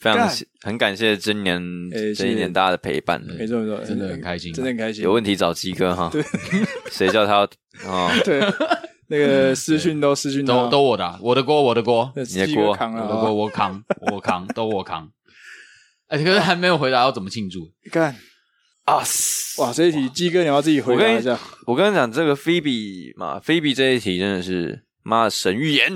非常干谢很感谢今年哎谢谢哎这一年大家的陪伴，没错没错，真的很开心啊真的很开心有。问题找鸡哥哈， 谁叫他 啊？ 对，那个私讯都私讯都都我的啊，我的锅，我的锅，那你的鸡锅哥扛我了的锅啊，我扛，我扛，都我扛。哎，可是还没有回答要怎么庆祝，干啊！哇，这一题鸡哥你要自己回答一下，啊我跟你讲，这个菲比嘛，菲比这一题真的是妈的神预言，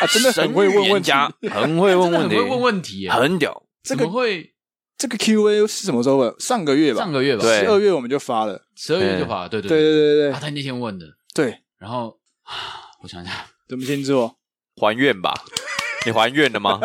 啊，真的很会问问题。家，很会问真的问很题，会问问题耶，很屌。这怎个么会这个 Q&A 是什么时候的？上个月吧上，个月吧，对十二月我们就发了。十二月就发了，对对对对对对啊对他那天问的，对，然后啊我想想，怎么庆祝？哦 还愿吧？你还愿了 吗？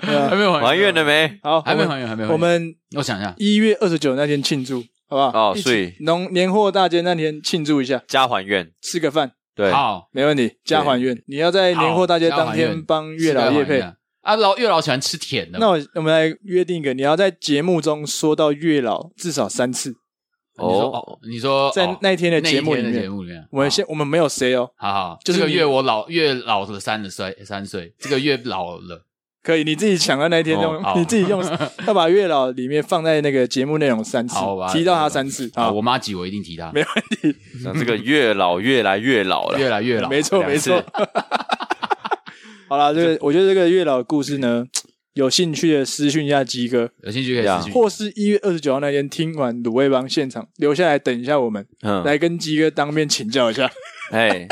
对啊还没有还愿了，没？好，还没我还愿，还没们还我愿们我想一下，一月二十九那天庆祝，好不好？哦一起所以农年货大街那天庆祝一下，加还愿，吃个饭对，好，没问题。加还愿，你要在年货大街当天帮月老叶叶配。啊，老月老喜欢吃甜的嘛，那我我们来约定一个，你要在节目中说到月老至少三次，你说哦，你说在哦那一天的那一节目里天的节面。目里面，我们先，我们没有谁哦，好好，就是这个你月我老月老了三了岁三岁，这个月老了，可以你自己抢到那一天哦用好，你自己 用，要把月老里面放在那个节目内容三次好吧，提到他三次啊，好，我妈急我一定提她，没那这个月老越来越老 了，越来越老，没错两没次错。 好啦，这个我觉得这个月老的故事呢，有兴趣的私讯一下鸡哥，有兴趣可以呀私讯或是一月二十九号那天听完卤味帮现场留下来等一下我们，嗯，来跟鸡哥当面请教一下。哎，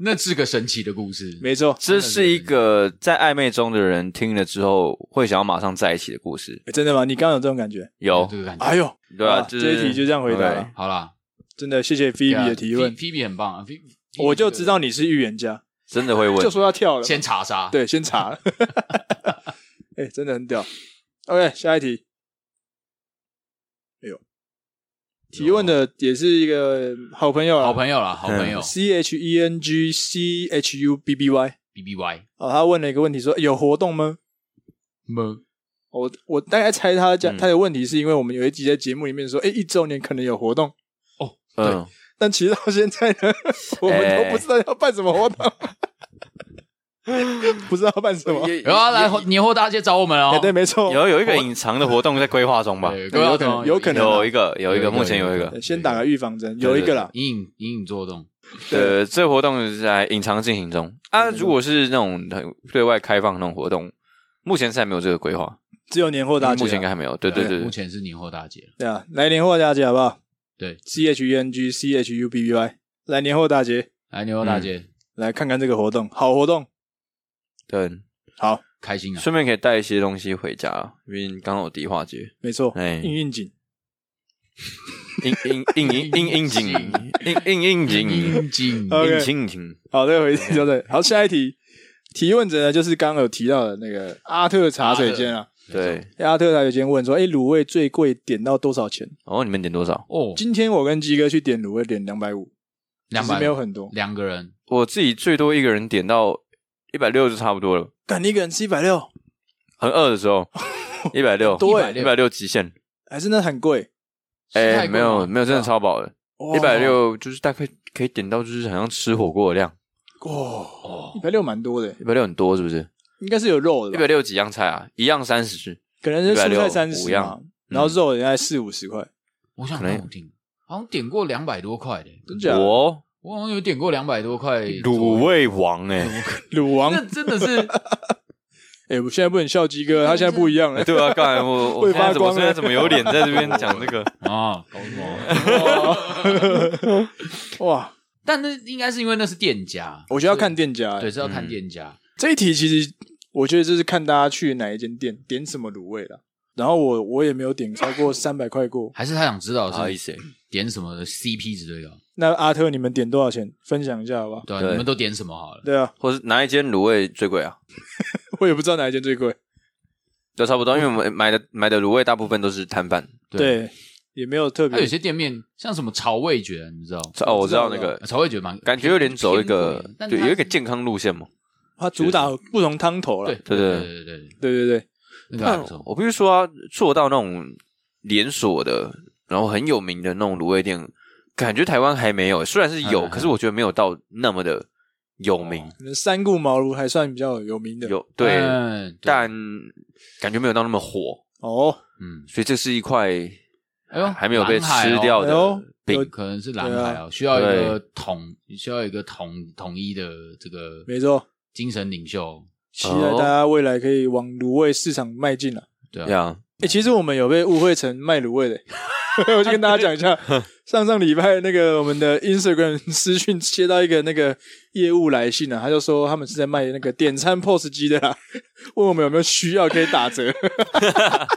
那是个神奇的故事，没错，这是一个在暧昧中的人听了之后会想要马上在一起的故事。诶真的吗？你刚刚有这种感觉？有，这个感觉。哎呦，对啊，啊就这是啊一题就这样回答了 OK 好啦真的谢谢菲比啊的提问， p B 很棒啊，Phoebe- Phoebe 我就知道你是预言家，真的会问，就说要跳了，先查杀，对，先查。 哎，真的很屌。OK，下一题。哎呦，提问的也是一个好朋友啊，好朋友啦，好朋友 C H E N G C H U B B Y B B Y 啊，他问了一个问题说有活动吗？么我我大概猜他嗯讲、他的问题是因为我们有一集在节目里面说，哎、一周年可能有活动，嗯，但其实到现在呢，我们都不知道要办什么活动，不知道办什么。有啊，来年货大街找我们哦哎，，对，没错，哦有有一个隐藏的活动在规划中吧？对有可能有可能有一个，有一有个，一个目前有一个。对先打个预防针，有一个啦，隐隐隐隐作动，呃，这活动是在隐藏进行中啊。没错如果是那种很对外开放的那种活动，目前是还没有这个规划，只有年货大嗯目前街应该啊，还没有。对对对目对，前是年货大街了，对啊，来年货大街好不好对， ？C H E N G C H U B B Y，来年货大街，来年货大街来看看这个活动，好活动，对，好，开心啊，顺便可以带一些东西回家，因为刚刚有迪化街，没错，哎应应景，应应应应应应景，应应应景，应应景呃 OK 景景，好，这个回题就对，好，下一题，提问者呢就是刚刚有提到的那个阿特茶水间啊。对。阿特他有先问说：“哎、卤味最贵点到多少钱哦，你们点多少？哦？”，今天我跟鸡哥去点卤味，点两百五，两其实百没有很多。两个人，我自己最多一个人点到一百六就差不多了，干你一个人吃一百六，很饿的时 候一百六，多一欸百六极限。还是那很贵。是哎、泰国没有吗没有，真的超饱的，啊哇一百六就是大概可以点到就是好像吃火锅的量，哇，一百六蛮多的，一百六很多是不是？应该是有肉哦一的百吧，六几样菜啊，一样三十，可能是蔬菜160三十五嘛样，嗯然后肉也在四五十块，我想可能让我听，好像点过两百多块的，真假的？哎我我好像有点过两百多块卤味王哎、卤王，那真的是哎、我现在不能笑鸡哥，他现在不一样了哎。对啊，刚才 我我会现在发怎么光现在欸怎么有脸在这边讲这 个？啊，搞什么？哇，但那应该是因为那是店家，我觉得要看店家、对，哎是要看店家。这一题其实我觉得就是看大家去哪一间店点什么卤味了。然后我我也没有点超过三百块过。还是他想知道不好意思是欸、点什么的 CP 值最高？那阿特，你们点多少钱？分享一下好不好？对啊，对你们都点什么好了？对啊，或是哪一间卤味最贵啊？我也不知道哪一间最贵。都差不多，因为我们买的买的卤味大部分都是摊贩，对，也没有特它有别些店面像什么潮味觉，你知道？哦，我我知知道道那个潮味呃觉蛮感觉有点走一个偏贵但对，它有一个是健康路线嘛。它主打不同汤头了对对。对对对对，对对对对，那个还但不错。我必须说啊，做到那种连锁的，然后很有名的那种卤味店，感觉台湾还没有。虽然是有，嗯嗯可是我觉得没有到那么的有名。哦可能三顾茅庐还算比较有名的。有对，嗯对但感觉没有到那么火，哦，嗯，所以这是一块哎呦，还没有被蓝海吃哦掉哎呦啊的饼。可能是蓝海哦，需要一个统，需要一个统统一的这个没错，精神领袖，期待大家未来可以往卤味市场迈进了。对这啊，样哎、其实我们有被误会成卖卤味的、 我就跟大家讲一 下，上上礼拜那个我们的 Instagram 私讯接到一个那个业务来信啊，他就说他们是在卖那个点餐 POS 机的啦， 问我们有没有需要可以打折，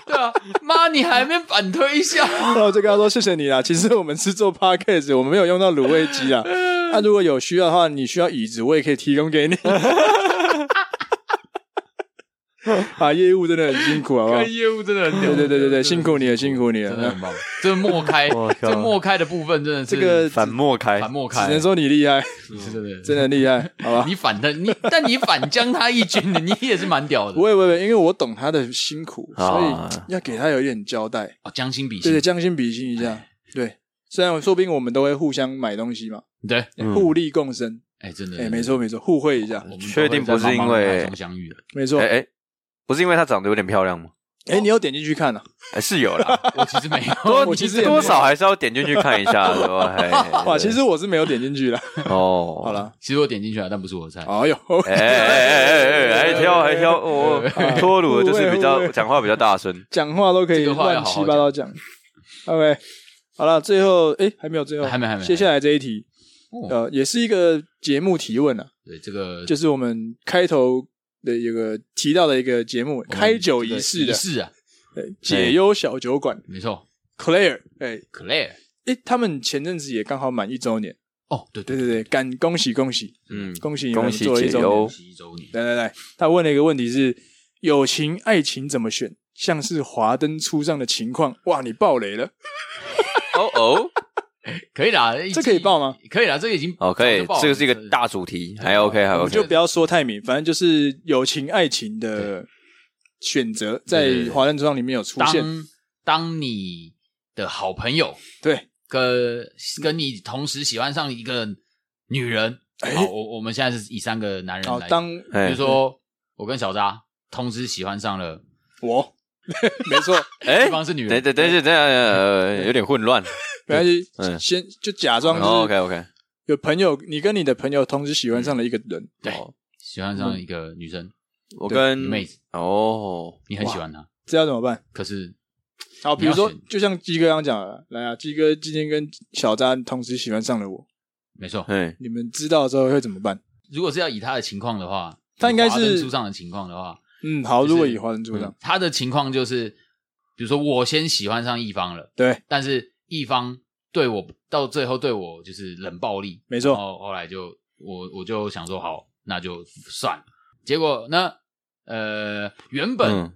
对啊，妈，你还没反推 一下？然后我就跟他说谢谢你啦，其实我们是做 podcast，我们没有用到卤味机啊，那、如果有需要的话，你需要椅子，我也可以提供给你。 啊，业务真的很辛苦，好不好？看业务真的很对屌，对对对真的对，辛苦你了，辛苦你真的了很。棒，这默开我，靠这默开的部分真的这是个反末开，反默开，只能说你厉害，是真的真的厉害，好吧？你反他，你但你反将他一军的， 你也是蛮屌的不。会不会，因为我懂他的辛苦，啊所以要给他有一点交代，哦，将心比对对，心，哎将心比心一下。对，虽然说不定我们都会互相买东西嘛，对，嗯互利共生。哎，真的，哎，没错没错，互惠一下我，们都会确定不是在茫茫因为海中 相遇，没错哎。哎，不是因为她长得有点漂亮吗？哎，你有点进去看了？哎，是有啦，我其实没有，多我其实也没多有少还是要点进去看一下，对吧？嘿啊哇，其实我是没有点进 去了。哦，好，了，其实我点进去了，但不是我的菜。哎呦，哎哎哎哎哎，还挑还挑，我脱乳的就是比较讲话比较大声，讲话都可以这个话要乱好好七八糟讲。OK，好了，最后哎，还没有最后，还没还没接下来这一题，哦，呃，也是一个节目提问啊，对，这个就是我们开头的有个提到的一个节目，我们开酒这个仪式的仪式啊，对解忧小酒馆没错 Claire，哎，Claire。哎，他们前阵子也刚好满一周年，哦，对对对对，敢恭喜恭喜嗯，恭喜你恭们喜做了一解周忧年！十一周年，来来来，他问了一个问题是：友情、爱情怎么选？像是华灯初上的情况，哇，你爆雷了，哦哦，可以啦，这可以报吗？可以啦，这个已经哦，可以早就报，了这个是一个大主题，还 OK，还我们 OK，就不要说太明，反正就是友情、爱情的选择在华灯初上里面有出现，当当你的好朋友对，跟跟你同时喜欢上一个女人，哎好，我我们现在是以三个男人好，来，当比哎如说我跟小扎同时喜欢上了，我 没错，哎对，方是女等人，等等等等，呃有点混乱没关系，嗯哦先就假装就是，OK OK，有朋友，你跟你的朋友同时喜欢上了一个人，对，喜欢上一个女生，我对跟妹子，哦，你很喜欢她，这要怎么办？可是好，比如你说要选，就像鸡哥刚刚讲的，来啊，鸡哥今天跟小扎同时喜欢上了我，没错，哎，你们知道之后会怎么办？如果是要以她的情况的话，她应该华灯是初上的情况的话，嗯，好，就是如果以华人出场，她的情况就是，比如说我先喜欢上一方了。对，但是一方对我到最后对我就是冷暴力，没然错，后后来就我我就想说好，那就算了。结果呢，呃，原本嗯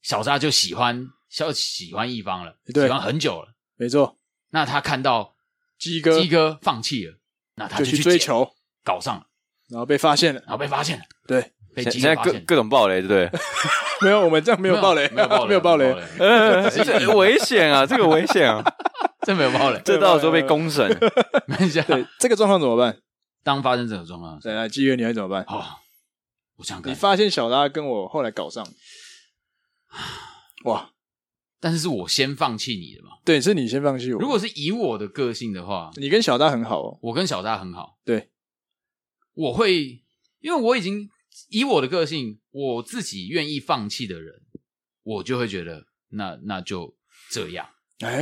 小扎就喜欢小喜欢一方了，对喜欢很久了。没错，那他看到鸡哥鸡哥放弃了，那他就去去追捡，求，搞上了，然后被发现 了，然后被发现了，对，被现鸡现在哥发各现了。各种暴雷，对不对？没有，我们这样没有爆雷，没有暴 雷，没有爆没雷有，雷，呃，这危险啊，这个危险啊，这没有爆 雷。这到时候被公审。等一下，对，这个状况怎么办？当发生这种状况，来来，鸡哥你会怎么办？好，我想你看，发现小拉跟我后来搞上，哇，但是是我先放弃你的嘛。对，是你先放弃我。如果是以我的个性的话，你跟小大很好哦，我跟小大很好，对，我会因为我已经以我的个性，我自己愿意放弃的人，我就会觉得那那就这样。哎、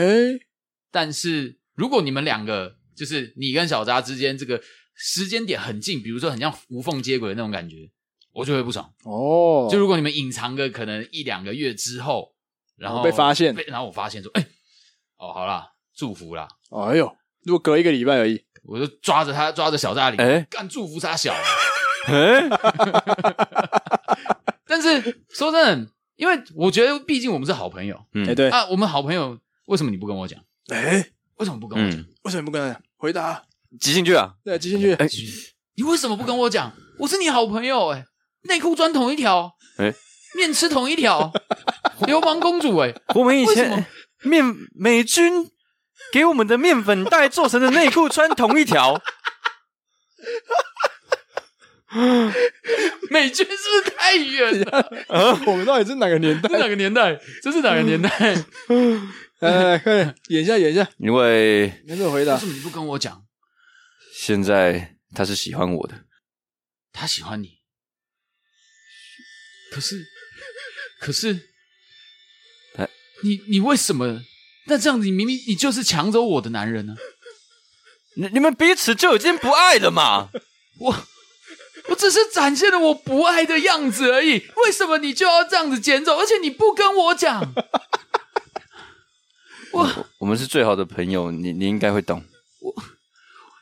但是如果你们两个就是你跟小扎之间这个时间点很近，比如说很像无缝接轨的那种感觉，我就会不爽。哦，就如果你们隐藏个可能一两个月之后，然后哦被发现被然后我发现说，哎、哦，好啦，祝福啦，哎呦，如果隔一个礼拜而已，我就抓着他，抓着小大领，哎干祝福他小。啊哎，但是说真的，因为我觉得毕竟我们是好朋友哎、嗯，对，啊啊，我们好朋友，为什么你不跟我讲？哎、为什么不跟我讲？嗯，为什么不跟他讲？回答，挤进去啊，对，继 续。哎你为什么不跟我讲？我是你好朋友哎、内裤穿同一条，哎面吃同一条，流氓公主哎、 我们以为什么前面美军给我们的面粉袋做成的内裤穿同一条，美军是不是太远了？啊我们到底是哪个年代 这？是哪个年代？这是哪个年代？来来来，快点哎演一下，演一下， 因为你怎么回为答什？么你不跟我讲？现在他是喜欢我的，他喜欢你，可是，可是他，你你为什么？那这样子，你明明你就是抢走我的男人呢、啊你你们彼此就已经不爱了嘛？我我只是展现了我不爱的样子而已，为什么你就要这样子捡走？而且你不跟我讲，我们是最好的朋友，你你应该会 懂。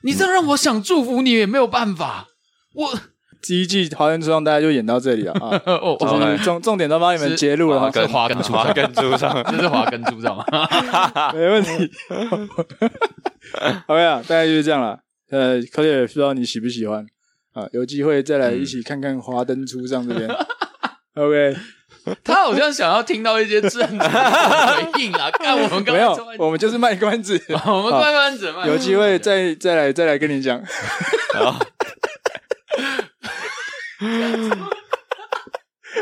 你这样让我想祝福你也没有办法。我，第一季《华灯初上》大家就演到这里了啊哦就好是来重重点都帮你们揭露了啊，是跟华根出华根出上， 这是华根猪，知道吗？没问题。OK 啊，大概就是这样了。呃，可也不知道你喜不喜欢啊，有机会再来嗯一起看看《华灯初上》 这边。OK， 他好像想要听到一些正常的回应 啊。看我们刚没才有说，我们就是卖关 子，我们慢慢整嘛，有机会 再再来再来跟你讲。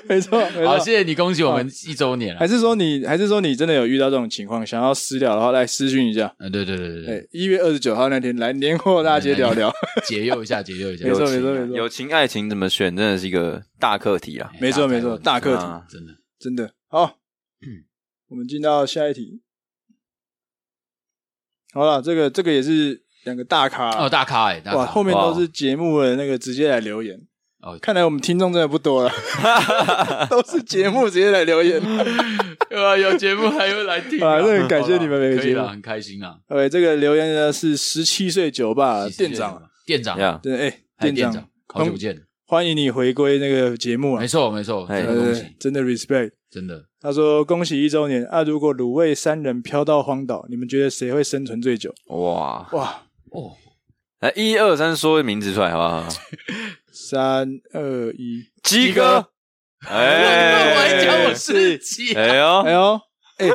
没错，没好，错。谢谢你，恭喜我们一周年了还。是说你，还是说你真的有遇到这种情况，想要私聊的话，来私讯一下。嗯，对对对对对，哎，一月二十九号那天来年货大街聊聊。解忧一下，解忧一下，没错友情啊没错没错友情爱情怎么选，真的是一个大课题啊！没错没错，大课题，啊，哎真的。 真的好。嗯我们进到下一题。好了，这个这个也是两个大咖哦，大咖哎，大哇，咖后面都是节目的那个直接来留言。哦 看来我们听众真的不多了，都是节目直接来留言。对啊，有节目还会来听啊那很感谢你们每个可以节目啦很开心啊。 OK，这个留言呢是十七岁酒吧啊店长，，店长，呀，对，哎、嗨店店长，，嗯好久不见，欢迎你回归那个节目啊没！错没错，哎真对的恭对喜对，真的 respect。真的他说：“恭喜一周年啊！如果卤味三人飘到荒岛，你们觉得谁会生存最久？”哇！哇，哦，来一二三，说名字出来好不好？三二一，鸡哥， 哎，我还讲我是自己，哎呦哎，呦，哎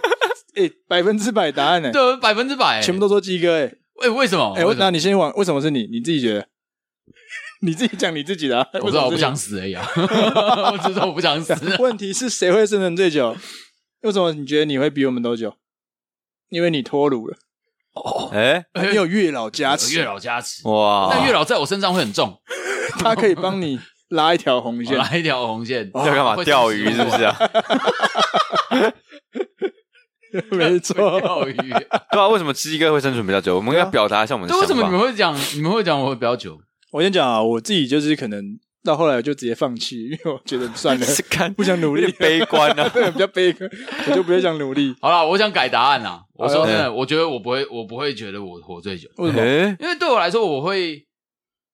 哎，百分之百答案呢，哦对，百分之百，全部都说鸡哥哎哎，为什么？哎，我为什那么你先往，为什么是你？你自己觉得？ 你自己讲你自己的啊， 我知道我为什么不想死而已啊， 我只知道我不想死，是你。问题是谁会生存最久？为什么你觉得你会比我们都久？因为你脱乳 了，哎，你有月老加月持，老加持，哇！但月老在我身上会很重，他可以帮你拉一条红我 线。来一条红线，要干嘛？钓鱼是不是啊？没错，钓鱼。 对啊，为什么鸡哥会生存比较久？我们应该表达一下我们的对，为想什么你们法。会讲？你们会讲我会比较久？我先讲啊，我自己就是可能到后来我就直接放弃，因为我觉得算了，是看不想努有力。点，悲观啊 对，比较悲观，我就不会想努力。好啦，我想改答案啦。我说真哎的，我觉得我不会，我不会觉得我活最久，为什 么？哎，因为对我来说，我会，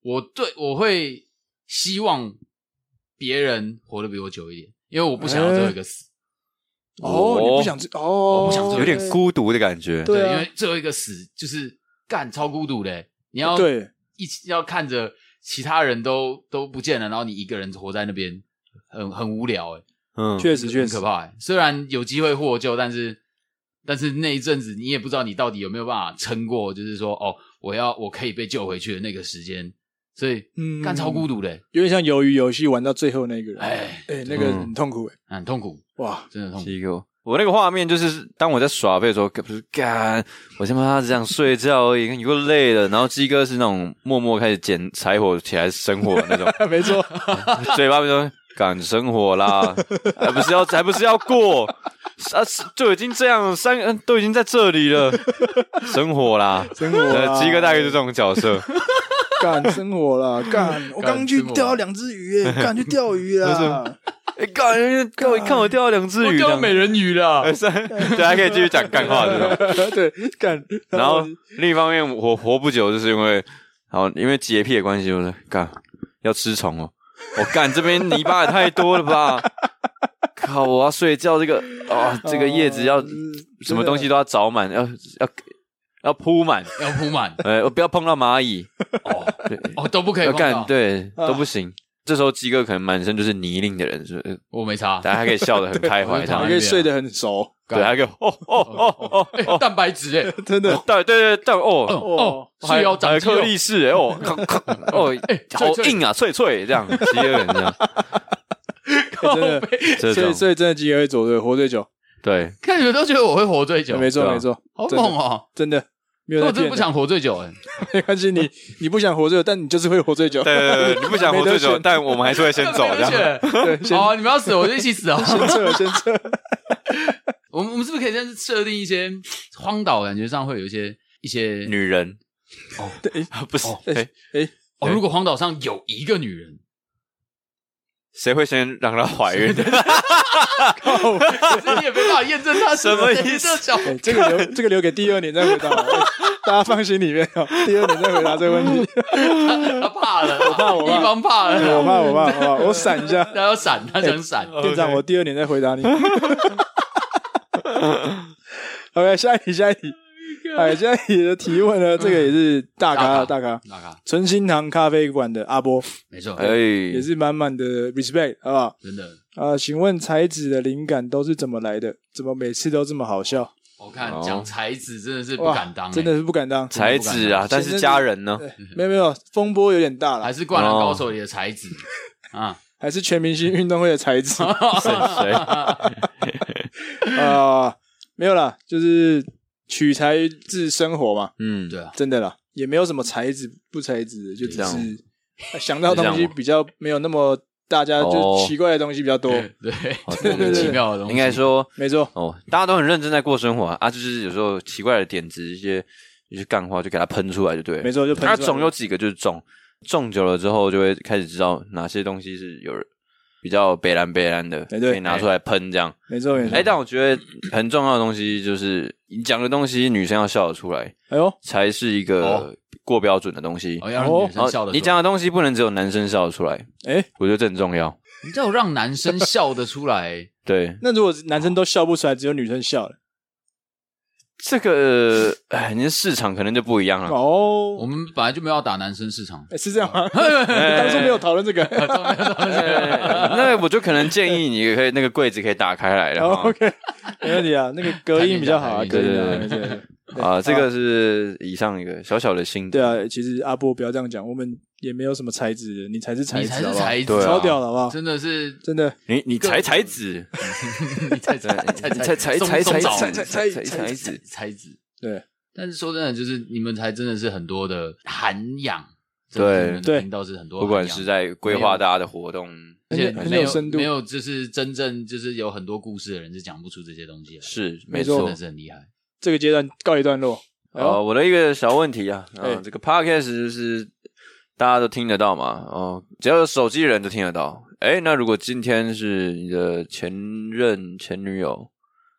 我对我会希望别人活得比我久一点，因为我不想要最后一个死。哦，你不想这哦，我不想这有点孤独的感觉。对啊因为最后一个死就是干超孤独的欸，你要对，一起要看着其他人都都不见了，然后你一个人活在那边，很很无聊哎。嗯，确实确很实可，怕、欸。虽然有机会获救，但是但是那一阵子你也不知道你到底有没有办法撑过，就是说哦，我要我可以被救回去的那个时间，所以嗯干超孤独的欸、有点像鱿鱼游戏玩到最后那个人，哎哎，那嗯个很痛苦哎，很痛苦，哇，真的痛苦。鸡哥，我那个画面就是当我在耍废的时候，不是干，我他妈只想睡觉而已，你够累了。然后鸡哥是那种默默开始捡柴火起来生火的那种，没错， 嘴巴边说赶生火 啦，还不是要还不是要过啊？是就已经这样，三个嗯都已经在这里了，生火啦。生活呃，啊鸡哥大概就这种角 色，干生活了，干，我刚去生活钓了两只鱼哎，干去钓鱼 啦，哎，干，看我看我钓了两只我鱼，这叫样美人鱼啦，哎是，对， 还可以继续讲干话这种。对，干，然后另一方面，我活不久，就是因为，然后因为洁癖的关系，我说干要吃虫哦，我、干这边泥巴也 太多了吧，靠，我要睡觉，这个啊、这个叶子要嗯什么东西都要找满，要要要铺满， 要铺满呃，我不要碰到蚂蚁，哦对，哦，都不可以要碰到干，对啊都不行。这时候鸡哥可能满身就是泥泞的人，是不是？我没差。大家还可以笑得很开我怀，就这躺样你可在那以边睡得很熟，对，还可以哦哦哦哦哎哦， 蛋白质哎，真的。对对对对嗯哦，哦，还是要长还肌肉克力士哎哦 哦，好硬啊，脆脆这 样，鸡哥很这样，靠真的背这所以种所以真的鸡儿会走的活最久，对，看你们都觉得我会活最久，没对错啊没错，好猛哦！真的没有我在真的骗不的。想活最久哎，没关系，你 你不想活最久，但你就是会活最久。对对对，你不想活最久，但我们还是会先 走这样。对，先哦好，你们要死我就一起死 啊！先撤先撤。我们我们是不是可以先设定一些荒岛，感觉上会有一些一些女人哦不是，哎，哦，如果荒岛上有一个 女人，谁会先让她怀孕？可是你也没办法验证她是不是什么意思这小哎，这个 留这个留给第二年再回答好了，大家放心里面哦。第二年再回答这个问 题，他怕了，我怕 我怕一方怕我怕了，哎我怕我怕，我闪 一下。他要闪，他想闪。 OK 店长，我第二年再回答你。OK，下一题，下一 Oh 题。哎，下一题的提问呢，这个也是大咖大大咖，大咖，纯心堂咖啡馆的阿波没错，哎，也是满满的 respect 好不好？真的，啊，请问才子的灵感都是怎么来的？怎么每次都这么好笑？我看哦讲才子真的是不哇，敢当，啊欸真的，是不敢当。才子啊，但是家人 呢？对 没有没有，风波有点大还了，是灌篮高手里的才子啊，还是全明星运动会的才 子啊、谁谁？啊没有啦，就是取材自生活嘛，嗯，对啊，真的啦，也没有什么才子不才子的，就只这样是呃想到东这西样吗比较没有那么大家哦就奇怪的东西比较多， 对，好 莫名其哦对妙的东西，应该说没错，哦，大家都很认真在过生活啊，啊就是有时候奇怪的点子，一些一些干话就给它喷出来就对了。没错，就喷出它来总有几个就是中，中久了之后就会开始知道哪些东西是有比较北蓝北蓝的，哎对可以拿出来喷这样。没错没错哎，，但我觉得很重要的东西就是你讲的东西，女生要笑得出来，哎呦，才是一哦个过标准的东西。哦要让女然生笑后的，你讲的东西不能只有男生笑得出来，哎，我觉得这很重要。你知道让男生笑得出来， 对，那如果男生都笑不出来，只有女生笑了，这个哎，你的市场可能就不一样了。我哦，，们本来就没有要打男生市场哎是这样吗？当初没有讨论这个，哎那我就可能建议你可以那个柜子可以打开来了哦哈 OK，没问题啊，那个隔音比较好啊，隔对音对比较好对对对对。啊，这个是以上一个小小的心对得。啊，其实阿波不要这样讲，我们也没有什么才子的，你才是才你子，才是好不好才子，对啊超屌的好不好？真的是真的，你你各才才子， 你才才才你才才松才松才枣才才才才才才才才子，才子。对但是说真的，就是你们才真的是很多的涵养，对真的是你对们听到是很多不涵养，管是在规划大家的活动，而且很有没很有深度没有就是真正就是有很多故事的人是讲不出这些东西来，是没没错真错的。是很厉害。这个阶段告一段落。哎呦呃，我的一个小问题啊，哎嗯，这个 podcast 就是大家都听得到嘛，哦，只要有手机的人都听得到。哎，那如果今天是你的前任前女友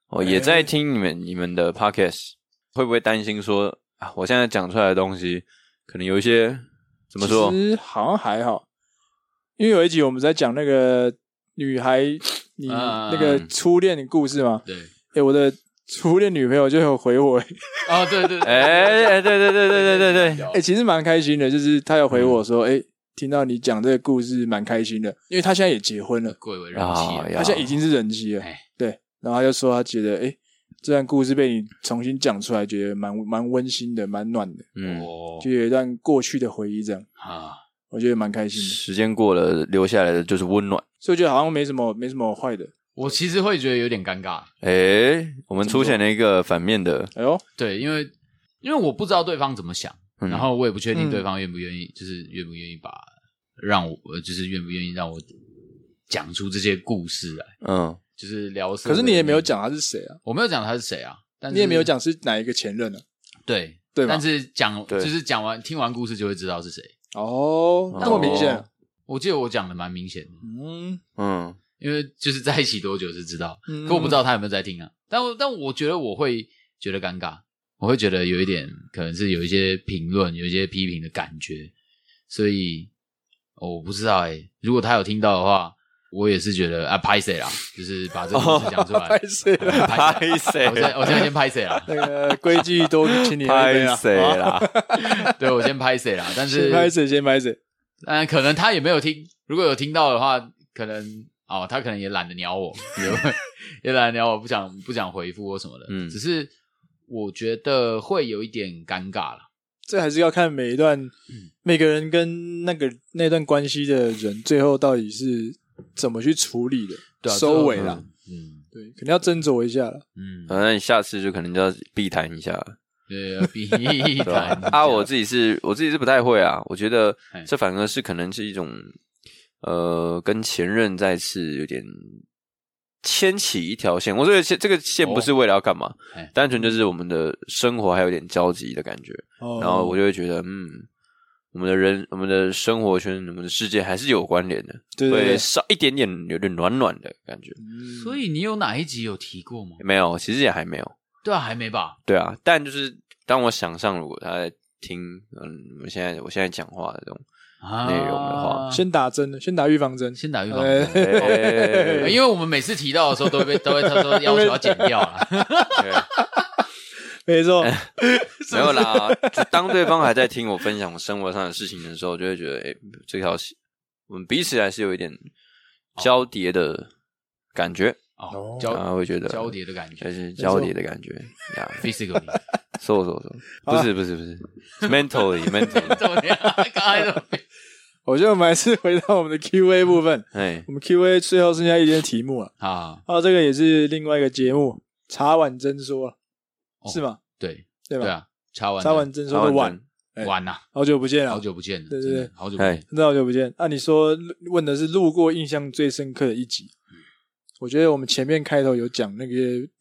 哦哎也在听你们你们的 podcast，会不会担心说啊，我现在讲出来的东西可能有一些怎么说其？实好像还好，因为有一集我们在讲那个女孩，你啊那个初恋的故事嘛。对，哎，我的初恋女朋友就有回我，啊，对对，对哎哎，对对对对对对对，哎，其实蛮开心的，就是她有回我说，嗯哎，听到你讲这个故事蛮开心的，因为她现在也结婚了，贵为人妻啊了，呀她现在已经是人妻了。哎，对，然后他就说他觉得，哎、这段故事被你重新讲出来，觉得蛮蛮温馨的，蛮暖的，嗯，哦就有一段过去的回忆，这样啊，我觉得蛮开心的。时间过了，留下来的就是温暖。所以我觉得好像没什么没什么坏的。我其实会觉得有点尴尬，哎，我们出现了一个反面的，哎呦，对，因为因为我不知道对方怎么想，嗯然后我也不确嗯定对方愿不愿意，就是愿不愿意把让我，呃就是愿不愿意让我讲出这些故事来，嗯，就是聊色。可是你也没有，讲他是谁啊，我没有讲他是谁啊，但是你也没有讲是哪一个前任啊，对，对吧但？是讲对就是讲完听完故事就会知道是谁。哦，那么明显，我记得我讲的蛮明显的，嗯，嗯，因为就是在一起多久是知道，嗯可我不 知道他有没有在听啊。但我但我觉得我会觉得尴尬，我会觉得有一点可能是有一些评论、有一些批欸评的感觉，所以、哦我不知道哎、如果他有听到的话，我也是觉得啊，拍谁啦，就是把这个故事讲出来拍。谁啦？拍谁谁？哦我现在我现在先拍谁 啦？那个规矩 多请你喝啊一杯拍啦谁好啦？对，我先拍谁啦？但是先拍谁？先拍谁？嗯，可能他也没有听，如果有听到的话，可能哦，他可能也懒得 鸟我，也懒得鸟我，不想不想回复或什么的。嗯只是我觉得会有一点尴尬了。这还是要看每一段每个人跟那个那段关系的人，最后到底是怎么去处理的，对啊收尾啦嗯。嗯对，肯定要斟酌一下了。嗯，反正你下次就可能就要避谈一下了。对，啊比一对吧谈 啊，我自己是我自己是不太会啊，我觉得哎嘿这反而是可能是一种呃，跟前任再次有点牵起一条线。我这个线这个线不是为了要干嘛，哦哎嘿单纯就是我们的生活还有点交集的感觉，哦然后我就会觉得嗯。我们的人，我们的生活圈，我们的世界还是有关联的，对对会对，少一点点有点暖暖的感觉。嗯所以你有哪一集有提过吗？没有，其实也还没有。对啊，还没吧？对啊，但就是当我想象如果他在听，嗯，我现在我现在讲话的这种啊，内容的话先打针，先打预防针。先打预防哎针。对 因为我们每次提到的时候都会 被都会他说要求要剪掉啊了，没错，没有啦。就当对方还在听我分享我生活上的事情的时候，就会觉得，哎、这条线我们彼此还是有一点交叠的感觉，哦哦，交然后会觉啊得交叠的感就觉是交叠的感觉呀。 ，physically 说说说，不是不是不是，mentally mentally，怎么样？啊刚才怎么样我觉得我们还是回到我们的 Q&A 部分。哎我们 Q&A 最后剩下一些题目了，啊？啊，这个也是另外一个节目《茶碗真说》哦是吗？对对对吧？啊，插完茶碗真说的碗，哎晚呐，好久不见了，好久不见了，哎对对对真的好久不见哎。真的好久不见。按、你说问的是路过印象最深刻的一集，嗯我觉得我们前面开头有讲那个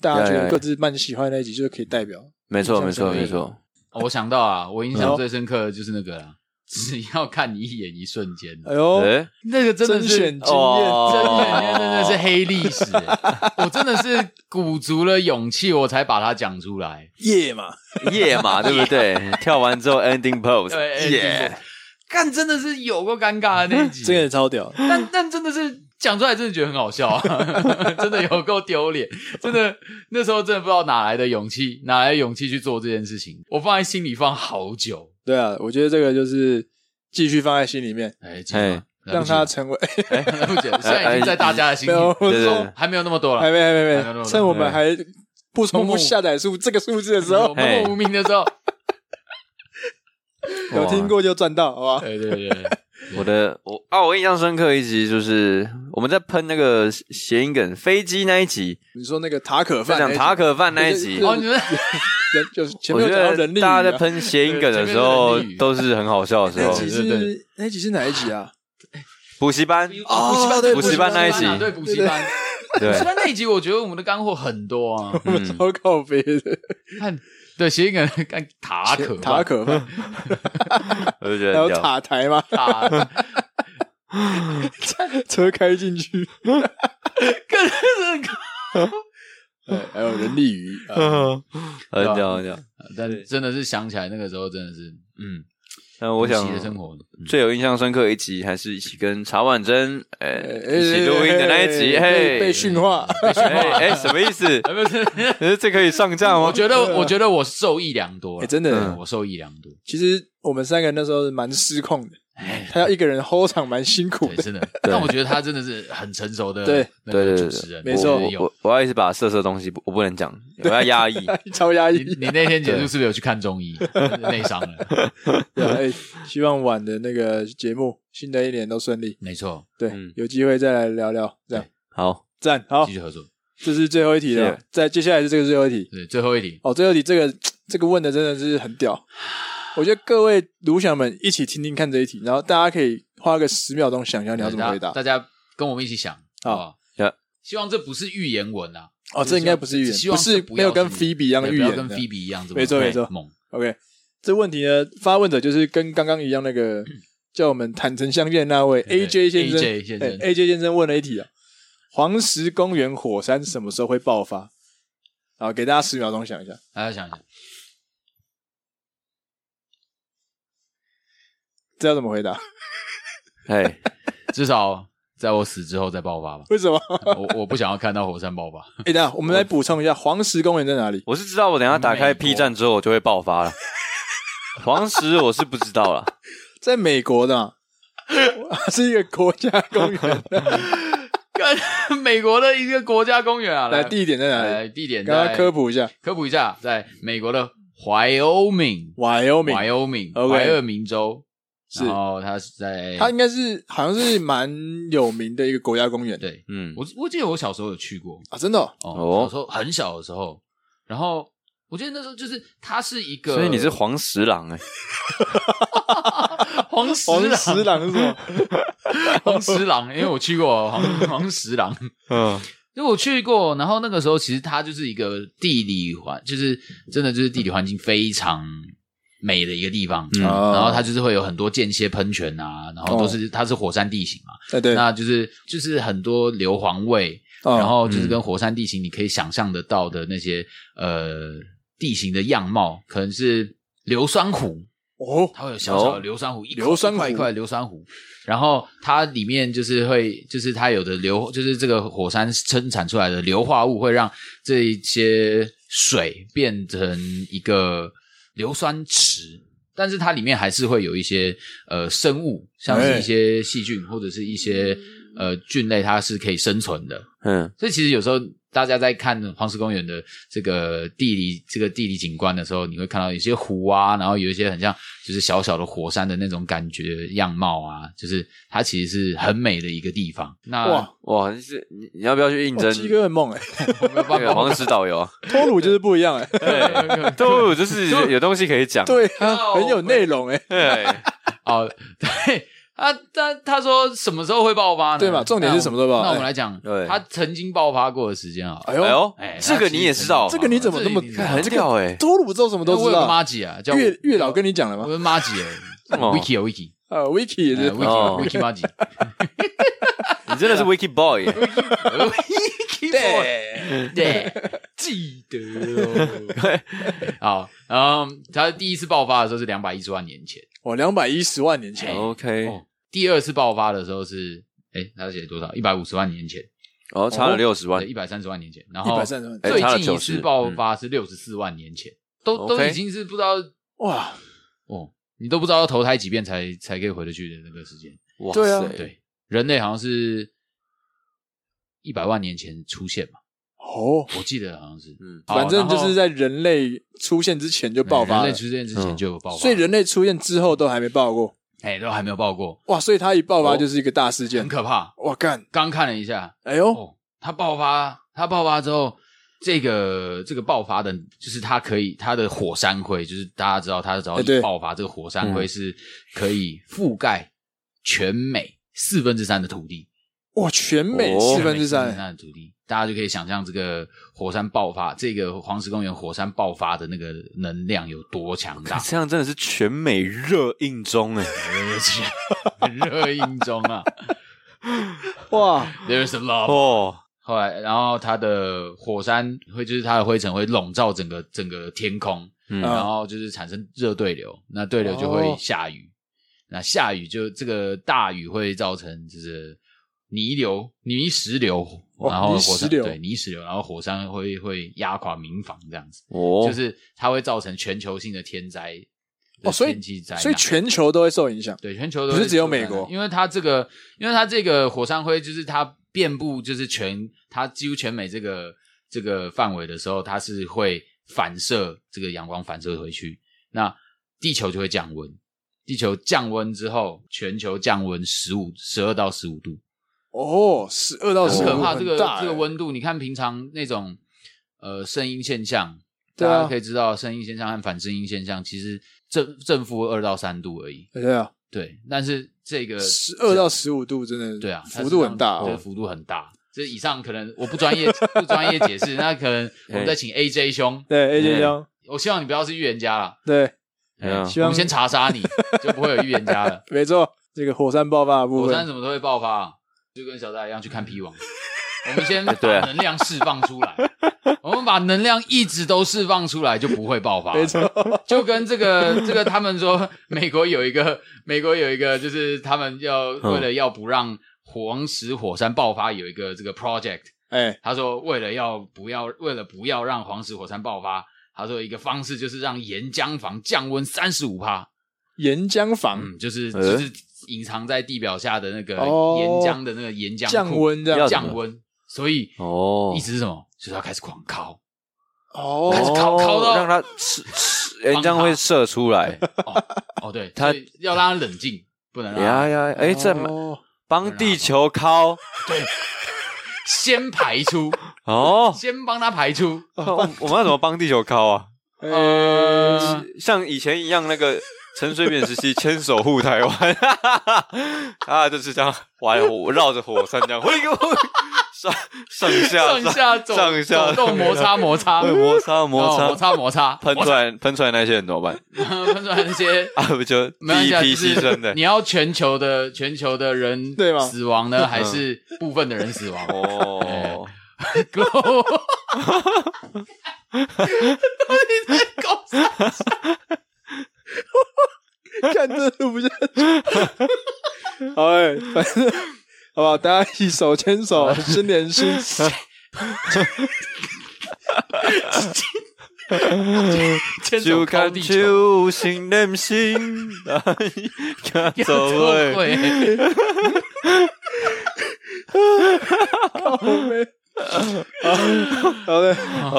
大家觉呀呀得呀各自蛮喜欢的那一集，就是可以代表没错没错印象深刻没错，哦我想到啊，我印象最深刻的就是那个啦，只要看你一眼一瞬间，哎呦，哎那个真的甄是真选的，经验，哦那真的是黑历史，欸我真的是鼓足了勇气，我才把它讲出来。耶嘛， 夜嘛对不对？ 跳完之后 ending pose，对耶 ending，干真的是有过尴尬的那一集，这个也超屌， 但但真的是讲出来，真的觉得很好笑、啊， 真的有够丢脸，真的那时候真的不知道哪来的勇气，哪来的勇气去做这件事情，我放在心里放好久，对啊，我觉得这个就是继续放在心里面，哎、记得吗让它成为来不及了，现在已经在大家的心里，没有对哎对说对还没有那么多还了，没还没还没有那还么没，多趁我们还不重复下载数这个数字的时候，默默无名的时候，哎有听过就赚到，好吧？对对对对，我的我啊，我印象深刻一集就是我们在喷那个谐音梗飞机那一集，你说那个塔可在饭那一讲集，塔可饭那一集，对哦， 你们人就是前我面觉有讲到得人力语大家在啊，喷谐音梗的时候对前面有人力语都是很好笑的时那候。集对对是那集是哪一集啊？补习班，哦对补习班那一啊集对补习班，补 对 习，班那一集，我觉得我们的干货很多啊，我们 嗯超靠北的看对谐音梗，看塔可塔可饭。我就觉得还有很屌。塔 台吗？塔车开进去，更是哎还有人力 鱼，很屌很屌。但真的是想起来那个时候，真的是，嗯，但我想补习的生活，嗯最有印象深刻的一集还是一起跟茶碗蒸呃哎一起录音的那一集，被嘿被，驯化，哎哎什么意 思？哎 不是，呃这可以上架吗我？觉得，我觉得我受益良多啊了，哎真的嗯我受益良多，其实我们三个人那时候是蛮失控的，哎，他要一个人 hold 场蛮辛苦对，的。真的，但我觉得他真的是很成熟的，对，对对主对持人，没错我觉我得有我我要一直把色色东西不我不能 讲，我要压抑。超压你嗯抑，你那天结束是不是有去看 中医？内伤了，对啊，哎希望晚的那个节目，新的一年都顺利。没错，对嗯，有机会再来聊聊，这样好，赞。好继，续合作。这是最后一题谢了谢，再接下来是这个最后一题。对，最后一题，哦，最后一题这个这个问的真的是很屌，我觉得各位卢想们一起听听看这一题，然后大家可以花个十秒钟想一下你要怎么回答大。家大家跟我们一起想，好不好呀希望这不是预言文啊，哦，这应该不是预言，希不望是不没有要跟是菲比一样对预不要言跟的菲比一样这么没错猛没错猛， OK，这问题呢，发问者就是跟刚刚一样那 个叫我们坦诚相见的那位对 AJ 先生 AJ 先生哎 AJ 先生问了一题啊，黄石公园火山什么时候会爆发？好，给大家十秒钟想一下。大家想一想，这要怎么回答？。嘿， 至少在我死之后再爆发吧为什么？ 我我不想要看到火山爆发。哎、等一下我们来补充一下，黄石公园在哪里？我是知道，我等一下打开美国 P 站之后我就会爆发了。黄石我是不知道啦，在美国的嘛， 是一个国家公园。 看美国的一个国家公园啊，来，来地点在哪里？来地点跟大在家科普一下，科普一下，在美国的怀欧明，怀欧明怀欧明， OK 怀俄明州，是然后它是在它应该是好像是蛮有名的一个国家公园对嗯，我我记得我小时候有去过，啊，真的哦、哦哦，小时候很小的时候，然后我记得那时候就是它是一个，所以你是黄石狼哎、 黄石黄狼，石哦狼是啊什么？ 嗯黄石狼，因为我去过黄黄石狼，嗯，因为我去过，然后那个时候其实它就是一个地理环，就是真的就是地理环境非常美的一个地方，嗯哦然后它就是会有很多间歇喷泉啊，然后都是、它是火山地形嘛，哎哦对，那就是就是很多硫磺味，哦然后就是跟火山地形你可以想象得到的那些呃地形的样貌，可能是硫酸湖，哦，它会有小小哦的硫酸湖，一块硫酸湖一块一块硫酸湖，然后它里面就是会，就是它有的硫，就是这个火山生产出来的硫化物会让这一些水变成一个硫酸池，但是它里面还是会有一些呃生物，像哎是一些细菌或者是一些呃菌类，它是可以生存的。嗯，所以其实有时候大家在看黄石公园的这个地理这个地理景观的时候，你会看到有些湖啊，然后有一些很像就是小小的火山的那种感觉样貌啊，就是它其实是很美的一个地方。那哇，哇，你是你你要不要去应哇征鸡哥很猛哎、我没有那办个法，黄石导 游啊？托鲁就是不一样哎、对，都有就是有有东西可以讲。对 啊，很有内容哎、对，哦，对。啊，但他说什么时候会爆发呢？对嘛重点是什么时候爆发那我们来讲对，他曾经爆发过的时间啊。哎哎呦，呦哎，这个你也知道，这个你怎么那么这个看很这屌个哎？托鲁之后什么都我知有个道？妈姐啊，叫月月老跟你讲了我吗？跟妈姐么，Wiki 啊 Wiki，呃，Vicky 也哎是 Wiki 哦 Wiki 妈 姐，你真的是啊 Wiki Boy 哎对 对，记得 哦。好，嗯，他第一次爆发的时候是两百一十万年前，哇，两百一十万年前哎，OK，哦，第二次爆发的时候是，哎，他写多少？一百五十万年前，哦，差了六十万对，，一百三十万年前，然一后百三十嗯万，哎最差了近一次90爆发是六十四万年前，都都 OK 已经是不知道哇，哦，你都不知道要投胎几遍才才可以回得去的那个时间。哇对啊塞，对，人类好像是一百万年前出现嘛，哦，我记得好像是。嗯，好反正就然后是在人类出现之前就爆发人了嗯类，出现之前就有爆发，所以人类出现之后都还没爆过。哎都还没有爆过，哇，所以它一爆发哦就是一个大事件很。可怕。哇干，刚看了一下，哎呦，哦，它爆发，它爆发之后，这个这个爆发的，就是它可以它的火山灰，就是大家知道，它只要哎对一爆发，这个火山灰是可以覆盖全美四分之三的土地，哇，全美哦四分之四分三，三的土地，大家就可以想象这个火山爆发，这个黄石公园火山爆发的那个能量有多强 大看。这样真的是全美热映中 哎，热映中啊 哇， ，There's a love。哦，后来，然后它的火山会就是它的灰尘会笼罩整个整个天空，嗯啊然后就是产生热对流，那对流就哦会下雨，那下雨就这个大雨会造成就是泥流、泥石流，哦然后泥火石山流对泥石流，然后火山会会压垮民房这样子，哦，就是它会造成全球性的天灾哦所以天气灾所以难全球都会受影响。对，全球都不是会只有受美灾国因为它这个，因为它这个火山灰就是它遍布，就是全它几乎全美这个这个范围的时候，它是会反射这个阳光反射回去，那地球就会降温。地球降温之后，全球降温十五十二到十五度，哦，十二到很十五，可怕。这个很大这个哎温度，你看平常那种呃声音现象，对大啊家可以知道声音现象和反声音现象其实正正负二到三度而已。对啊，对，但是这个十二到十五度真的呃对啊，它幅度是很大这样哦对，。幅度很大。这以上可能我不专 业不专业解释，那可能我们再请 AJ 兄，对嗯，AJ 兄，我希望你不要是预言家啦，对，嗯哎希我望们先查杀你，就不会有预言家 了。没错，这个火山爆发的部火山分，什么都会爆发，啊就跟小戴一样去看 P 网。我们先哎对啊把能量释放出来，我们把能量一直都释放出来，就不会爆发。没错，就跟这个这个他们说，美国有一个美国有一个，就是他们要为了要不让黄石火山爆发有一个这个 project， 哎，他说为了要不要为了不要让黄石火山爆发，他说一个方式就是让岩浆房降温三十五帕，岩浆房嗯，就是呃就是隐藏在地表下的那个岩哦浆的那个岩浆库降温这要样怎么降温，所以哦意思是什么？就是要开始狂烤，哦开始 烤烤到让它吃吃，岩浆哎会射出来。哦，对，哎 他所以要让他冷静，不能让呀他呀，哎，这蛮哦帮地球烤先排出，哦。先帮他排出。我我们要怎么帮地球烤啊？嗯哎呃， 像以前一样，那个陈水扁时期牵手护台湾， 啊，就是这样，玩我绕着火山这样，会给我上上下上下走上下走动摩擦摩擦会摩擦摩哦擦摩擦摩擦，喷出来喷出来那些人怎么办？喷出来那些。 啊，不就没关第一系啊，就批牺是牲的你？要全球的全球的人对吗死 亡呢，还是部分的人死亡？ 哦，狗，到底在搞啥？看这录不下去。好 哎，反正好吧，大家一起手牵 手，心连心。牵手就靠看地 球，球星连心， 看走位。会 好嘞，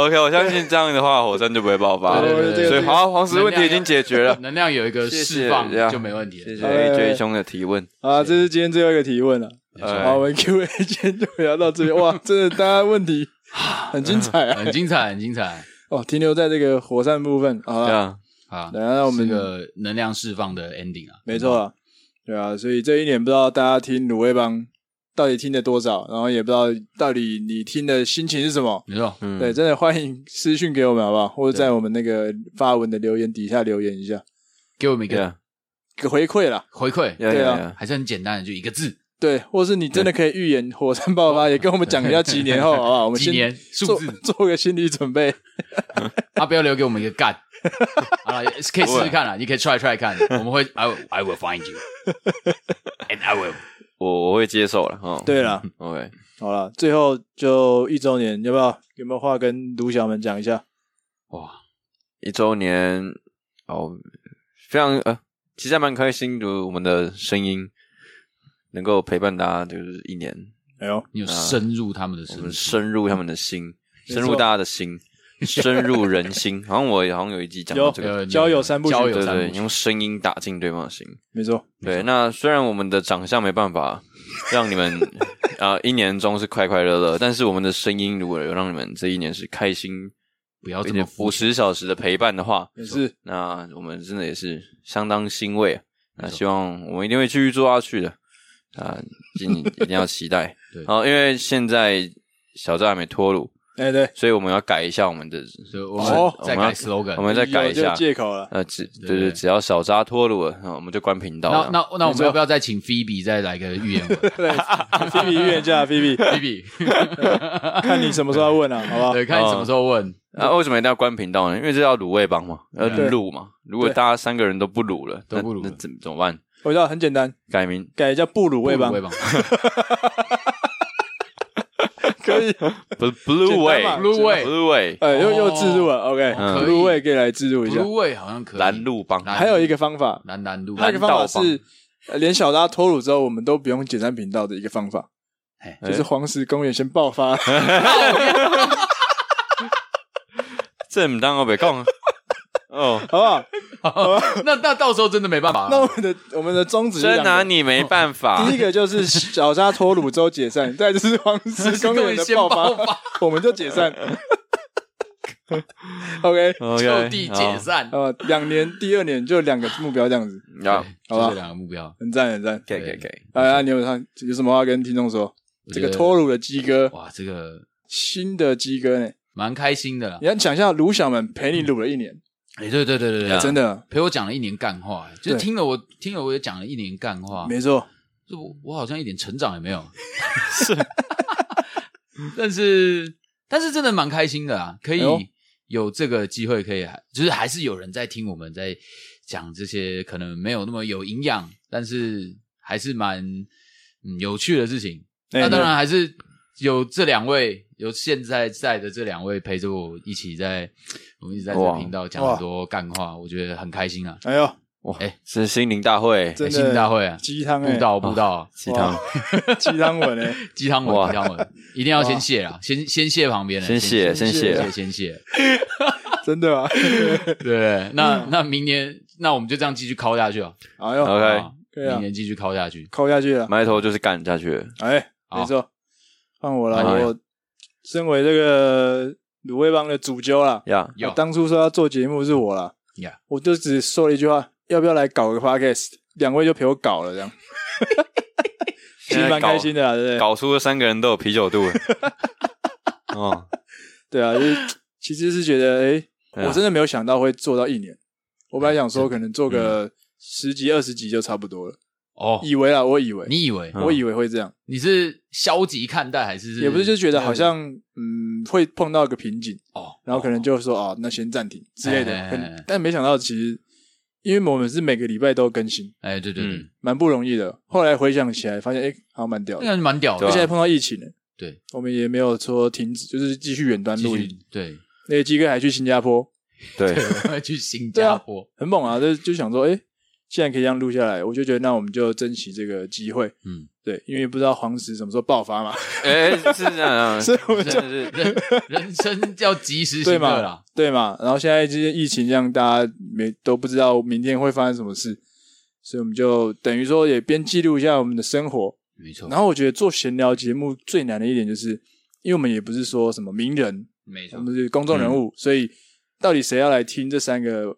OK，我相信这样的话，火山就不会爆发对对对了。对所以黄黄石问题已经解决 了。能量有一个谢谢释放呀就没问题了。谢谢好嘞 AJ 兄的提问。好啊，这是今天最后一个提问了。哎好，我啊们 Q&A 今天就聊到这边。哇，真的，大家问 题很精彩啊！很精彩，很精彩哦，停留在这个火山部分。好对了，啊，啊！来，那我们是个能量释放的 ending 啊，没错啊，对啊，所以这一年不知道大家听卤味帮到底听了多少，然后也不知道到底你听的心情是什么。没错，嗯对，真的欢迎私讯给我们好不好？或者在我们那个发文的留言底下留言一下，给我们一对个啊，给回馈啦。回馈，对对啊啊，还是很简单的，就一个字，对，或是你真的可以预言火山爆发，也跟我们讲一下几年 后好不好？我们几先年数做字，做个心理准备。 啊，不要留给我们一个干。好了，也是可以试试看啦，你可以 try try 看，我们会 I will, I will find you and I will 我我会接受了哈。对啦， ，OK，好了，最后就一周年，要不要有没有话跟卢小们讲一下？ 哇，一周年哦，非常呃，其实还蛮开心，就是我们的声音能够陪伴大家，就是一年，哎呦，你有深入他们的啊我深们处，深入他们的心，没错深入大家的 心，深入人心。好像我好像有一集讲到有这个，呃你交友三部曲交对友三对，部你曲，用声音打进对方的心。没错，对，那虽然我们的长相没办法让你 们啊、呃一年中是快快乐乐，但是我们的声音如果有让你们这一年是开心，不哦要这并么且肤五浅。十小时的陪伴的话，也是那我们真的也是相当欣慰啊。那希望我们一定会继续做下去的啊，今一定要期待 对。好，因为现在小赵还没脱乳，哎对，所以我们要改一下我们的，所以我哦们再我们改要我 slogan。们再改一有下就。借口了。呃，只对对对，只要小扎脱乳了，那我们就关频道那了。那那我没错们要不要再请 Phoebe 再来个预言文对，菲比预言 家，菲比， ？Phoebe，看你什么时候要问啊，好不好？对，看你什么时候问。啊，为什么一定要关频道呢？因为这叫卤味帮嘛，要对卤嘛。如果大家三个人都不卤了，都不卤那那了怎怎么办？我知道很简单，改 名改叫布鲁味吧不，如吧。可以。不 Blue 简 Way 单嘛 Blue Way Blue Way 哎，又哦又自入了，OK，嗯布鲁味可以来自入一下。 Blue 味好像可以，拦路帮，蓝还有一个方法，难难度，还有一个方法蓝道是，呃连小拉脱乳之后，我们都不用解散频道的一个方法哎，就是黄石公园先爆发。 这唔当我别 讲啊。哦，好不好？那那到时候真的没办法那我了，们的我们的宗旨是真两拿个你没办法 第一。个就是小沙脱乳之后解散，再就是黄石公园的先爆爆发，发，我们就解散。OK， 就 OK，地好解散，呃，两年，第二年就两个目标这样子，好，好吧就这两个目标。很赞很赞。可以可以可以。哎呀，你有啥有什么话跟听众说？这个我觉得脱乳的鸡哥，哇，这个新的鸡哥呢？蛮开心的啦你。要讲一下，卢小们陪你卤了一年，哎，对对对嗯对对，啊真的陪我讲了一年干话，就是对听了我听了我也讲了一年干话，没错，就我我好像一点成长也没有， 是，但是但是真的蛮开心的啦，可以哎呦有这个机会，可以还就是还是有人在听我们在讲这些，可能没有那么有营养，但是还是蛮嗯有趣的事情。哎那当然还是有这两位，有现在在的这两位陪着我一起在，我们一直在这个哇频道讲很多干话，我觉得很开心啊。哎呦，哇哎，是心灵大会真哎新的闻大会啊鸡汤哎布，道布道，鸡汤哇，鸡汤文 哎，鸡汤文哇鸡汤文，一定要先谢啦，先先谢旁边的，先谢先先谢谢先谢。真的啊，对，那那明年那我们就这样继续敲下去啊。 哎呦， OK 啊可嗯以啊明年继续敲下去。扣下去了，埋头就是干下去了。哎，好没错，换我换你了，我身为这个卤味帮的主揪啦，呀、有我当初说要做节目是我啦 Yeah 我就只说了一句话，要不要来搞个 podcast？两位就陪我搞了，这样，其实蛮开心的啦，啊对不对？搞出了三个人都有啤酒 肚了。哦，对啊，就是其实是觉得，哎、对啊我真的没有想到会做到一年。我本来想说，可能做嗯个十集、二十集就差不多了，哦，以为啦，啊我以为，你以为嗯我以为会这样，你是消极看待还是也不是就觉得好像嗯会碰到一个瓶颈，哦，然后可能就说啊，那先暂停之类哎哎的。哎很但没想到，其实因为我们是每个礼拜都更新，哎，对对对嗯，蛮不容易的。后来回想起来，发现哎，好像蛮屌那的。个蛮屌对而啊且的，还碰到疫情了，对，我们也没有说停止，就是继续远端继录音。续对，那鸡哥还去新加坡，对，我要去新加坡，很猛啊！就嗯就想说，哎、既然可以这样录下来，我就觉得那我们就珍惜这个机会。嗯，对，因为不知道黄石什么时候爆发嘛，哎、是这嗯样， 所以我们真的是人人生要及时行对乐嘛啦，，对嘛。然后现在这些疫情让大家没都不知道明天会发生什么事，所以我们就等于说也边记录一下我们的生活。没错，然后我觉得做闲聊节目最难的一点就是，因为我们也不是说什么名人，没我错，们是公众人物，所以到底谁要来听这三个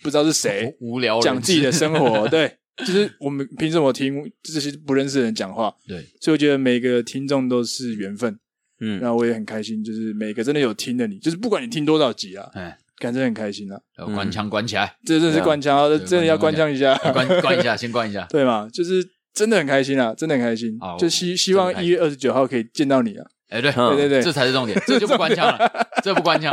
不知道是谁无聊哦人讲自己的士生活， 对，就是我们凭什么听这些不认识的人讲话？对，所以我觉得每个听众都是缘分，嗯，那我也很开心，就是每个真的有听的你，就是不管你听多少集啊，哎，感觉很开心啊，要关枪关起来，这真的是对啊官腔啊，对真的要官关腔腔一下，啊关关一下，先关一下， 对嘛？就是真的很开心啊，真的很开心好，就希希真的望很一开心月二十九号可以见到你啊，哎，对嗯对对这对，才是重点，这就不关 枪了，这不关枪，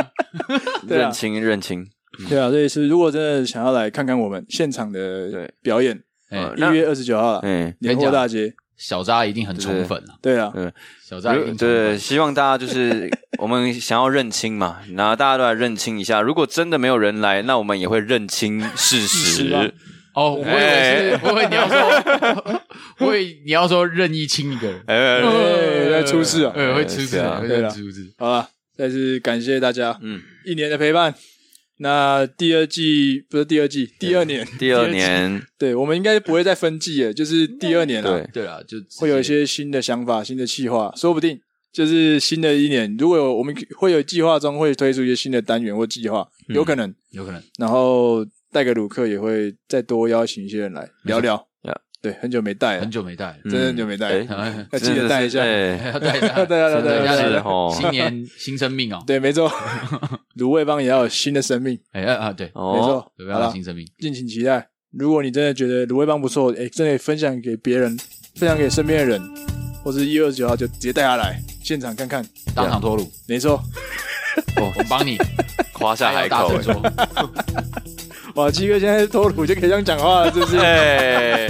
对啊认清认清。对啊，所以是如果真的想要来看看我们现场的对表演，哎嗯，一那月二十九号了，哎、年货大街，小扎一定很宠粉啊，对嗯啊，小扎一定如宠粉对，希望大家就是 我们想要认清嘛，然后大家都来认清一下。如果真的没有人来，那我们也会认清事事实啊实。哦，我以为哎是，我以为你要说，我以为你要说任意亲一个人，哎、哎在出事啊呃，会出事是啊啊，对会啦出事，好了，再次感谢大家嗯，一年的陪伴。那第二季不是第二季，第二年，第二年， 对我们应该不会再分季了，就是第二年啊了，对，对啦，就直接会有一些新的想法、新的计划，说不定就是新的一年，如果有我们会有计划中会推出一些新的单元或计划，嗯有可能。有可能然后带个鲁克也会再多邀请一些人来聊聊对啊。对，很久没带了很，久没带了，真的很久没带哎 哎要记得带一下。 真的是哎要带一下， 对对对啊带一下是带一下哦新年 新生命哦，对，没 错，卤味帮也要有新的生命，哎哎啊，对，没哦，错。有没好有了，新生命？敬请期待。如果你真的觉得卤味帮不错，哎、真的分享给别人，分享给身边的人，或是一二九号就直接带他来现场看看。当场脱乳，没错，哦我们帮你 夸下海大口声，说，哇，鸡哥现在脱乳就可以这样讲话了，是不是？哎，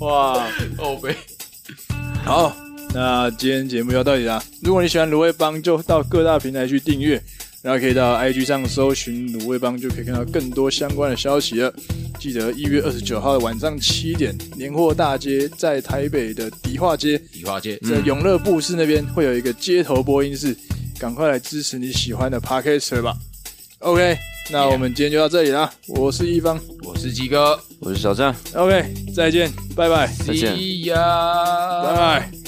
哇，哦喂， 嗯好，那今天节目就到这里啦。如果你喜欢卤味帮，就到各大平台去订阅，然后可以到 IG 上搜寻卤味帮，就可以看到更多相关的消息了。记得一月二十九号的晚上七点，年货大街在台北的迪化街。梨花街，在永乐布市那边会有一个街头播音室，赶快来支持你喜欢的 Parker 吧。OK，那 Yeah 我们今天就到这里啦，我是一方我是鸡哥， 我是小郑。 ，OK，再见，拜拜，再见 See ya 拜拜。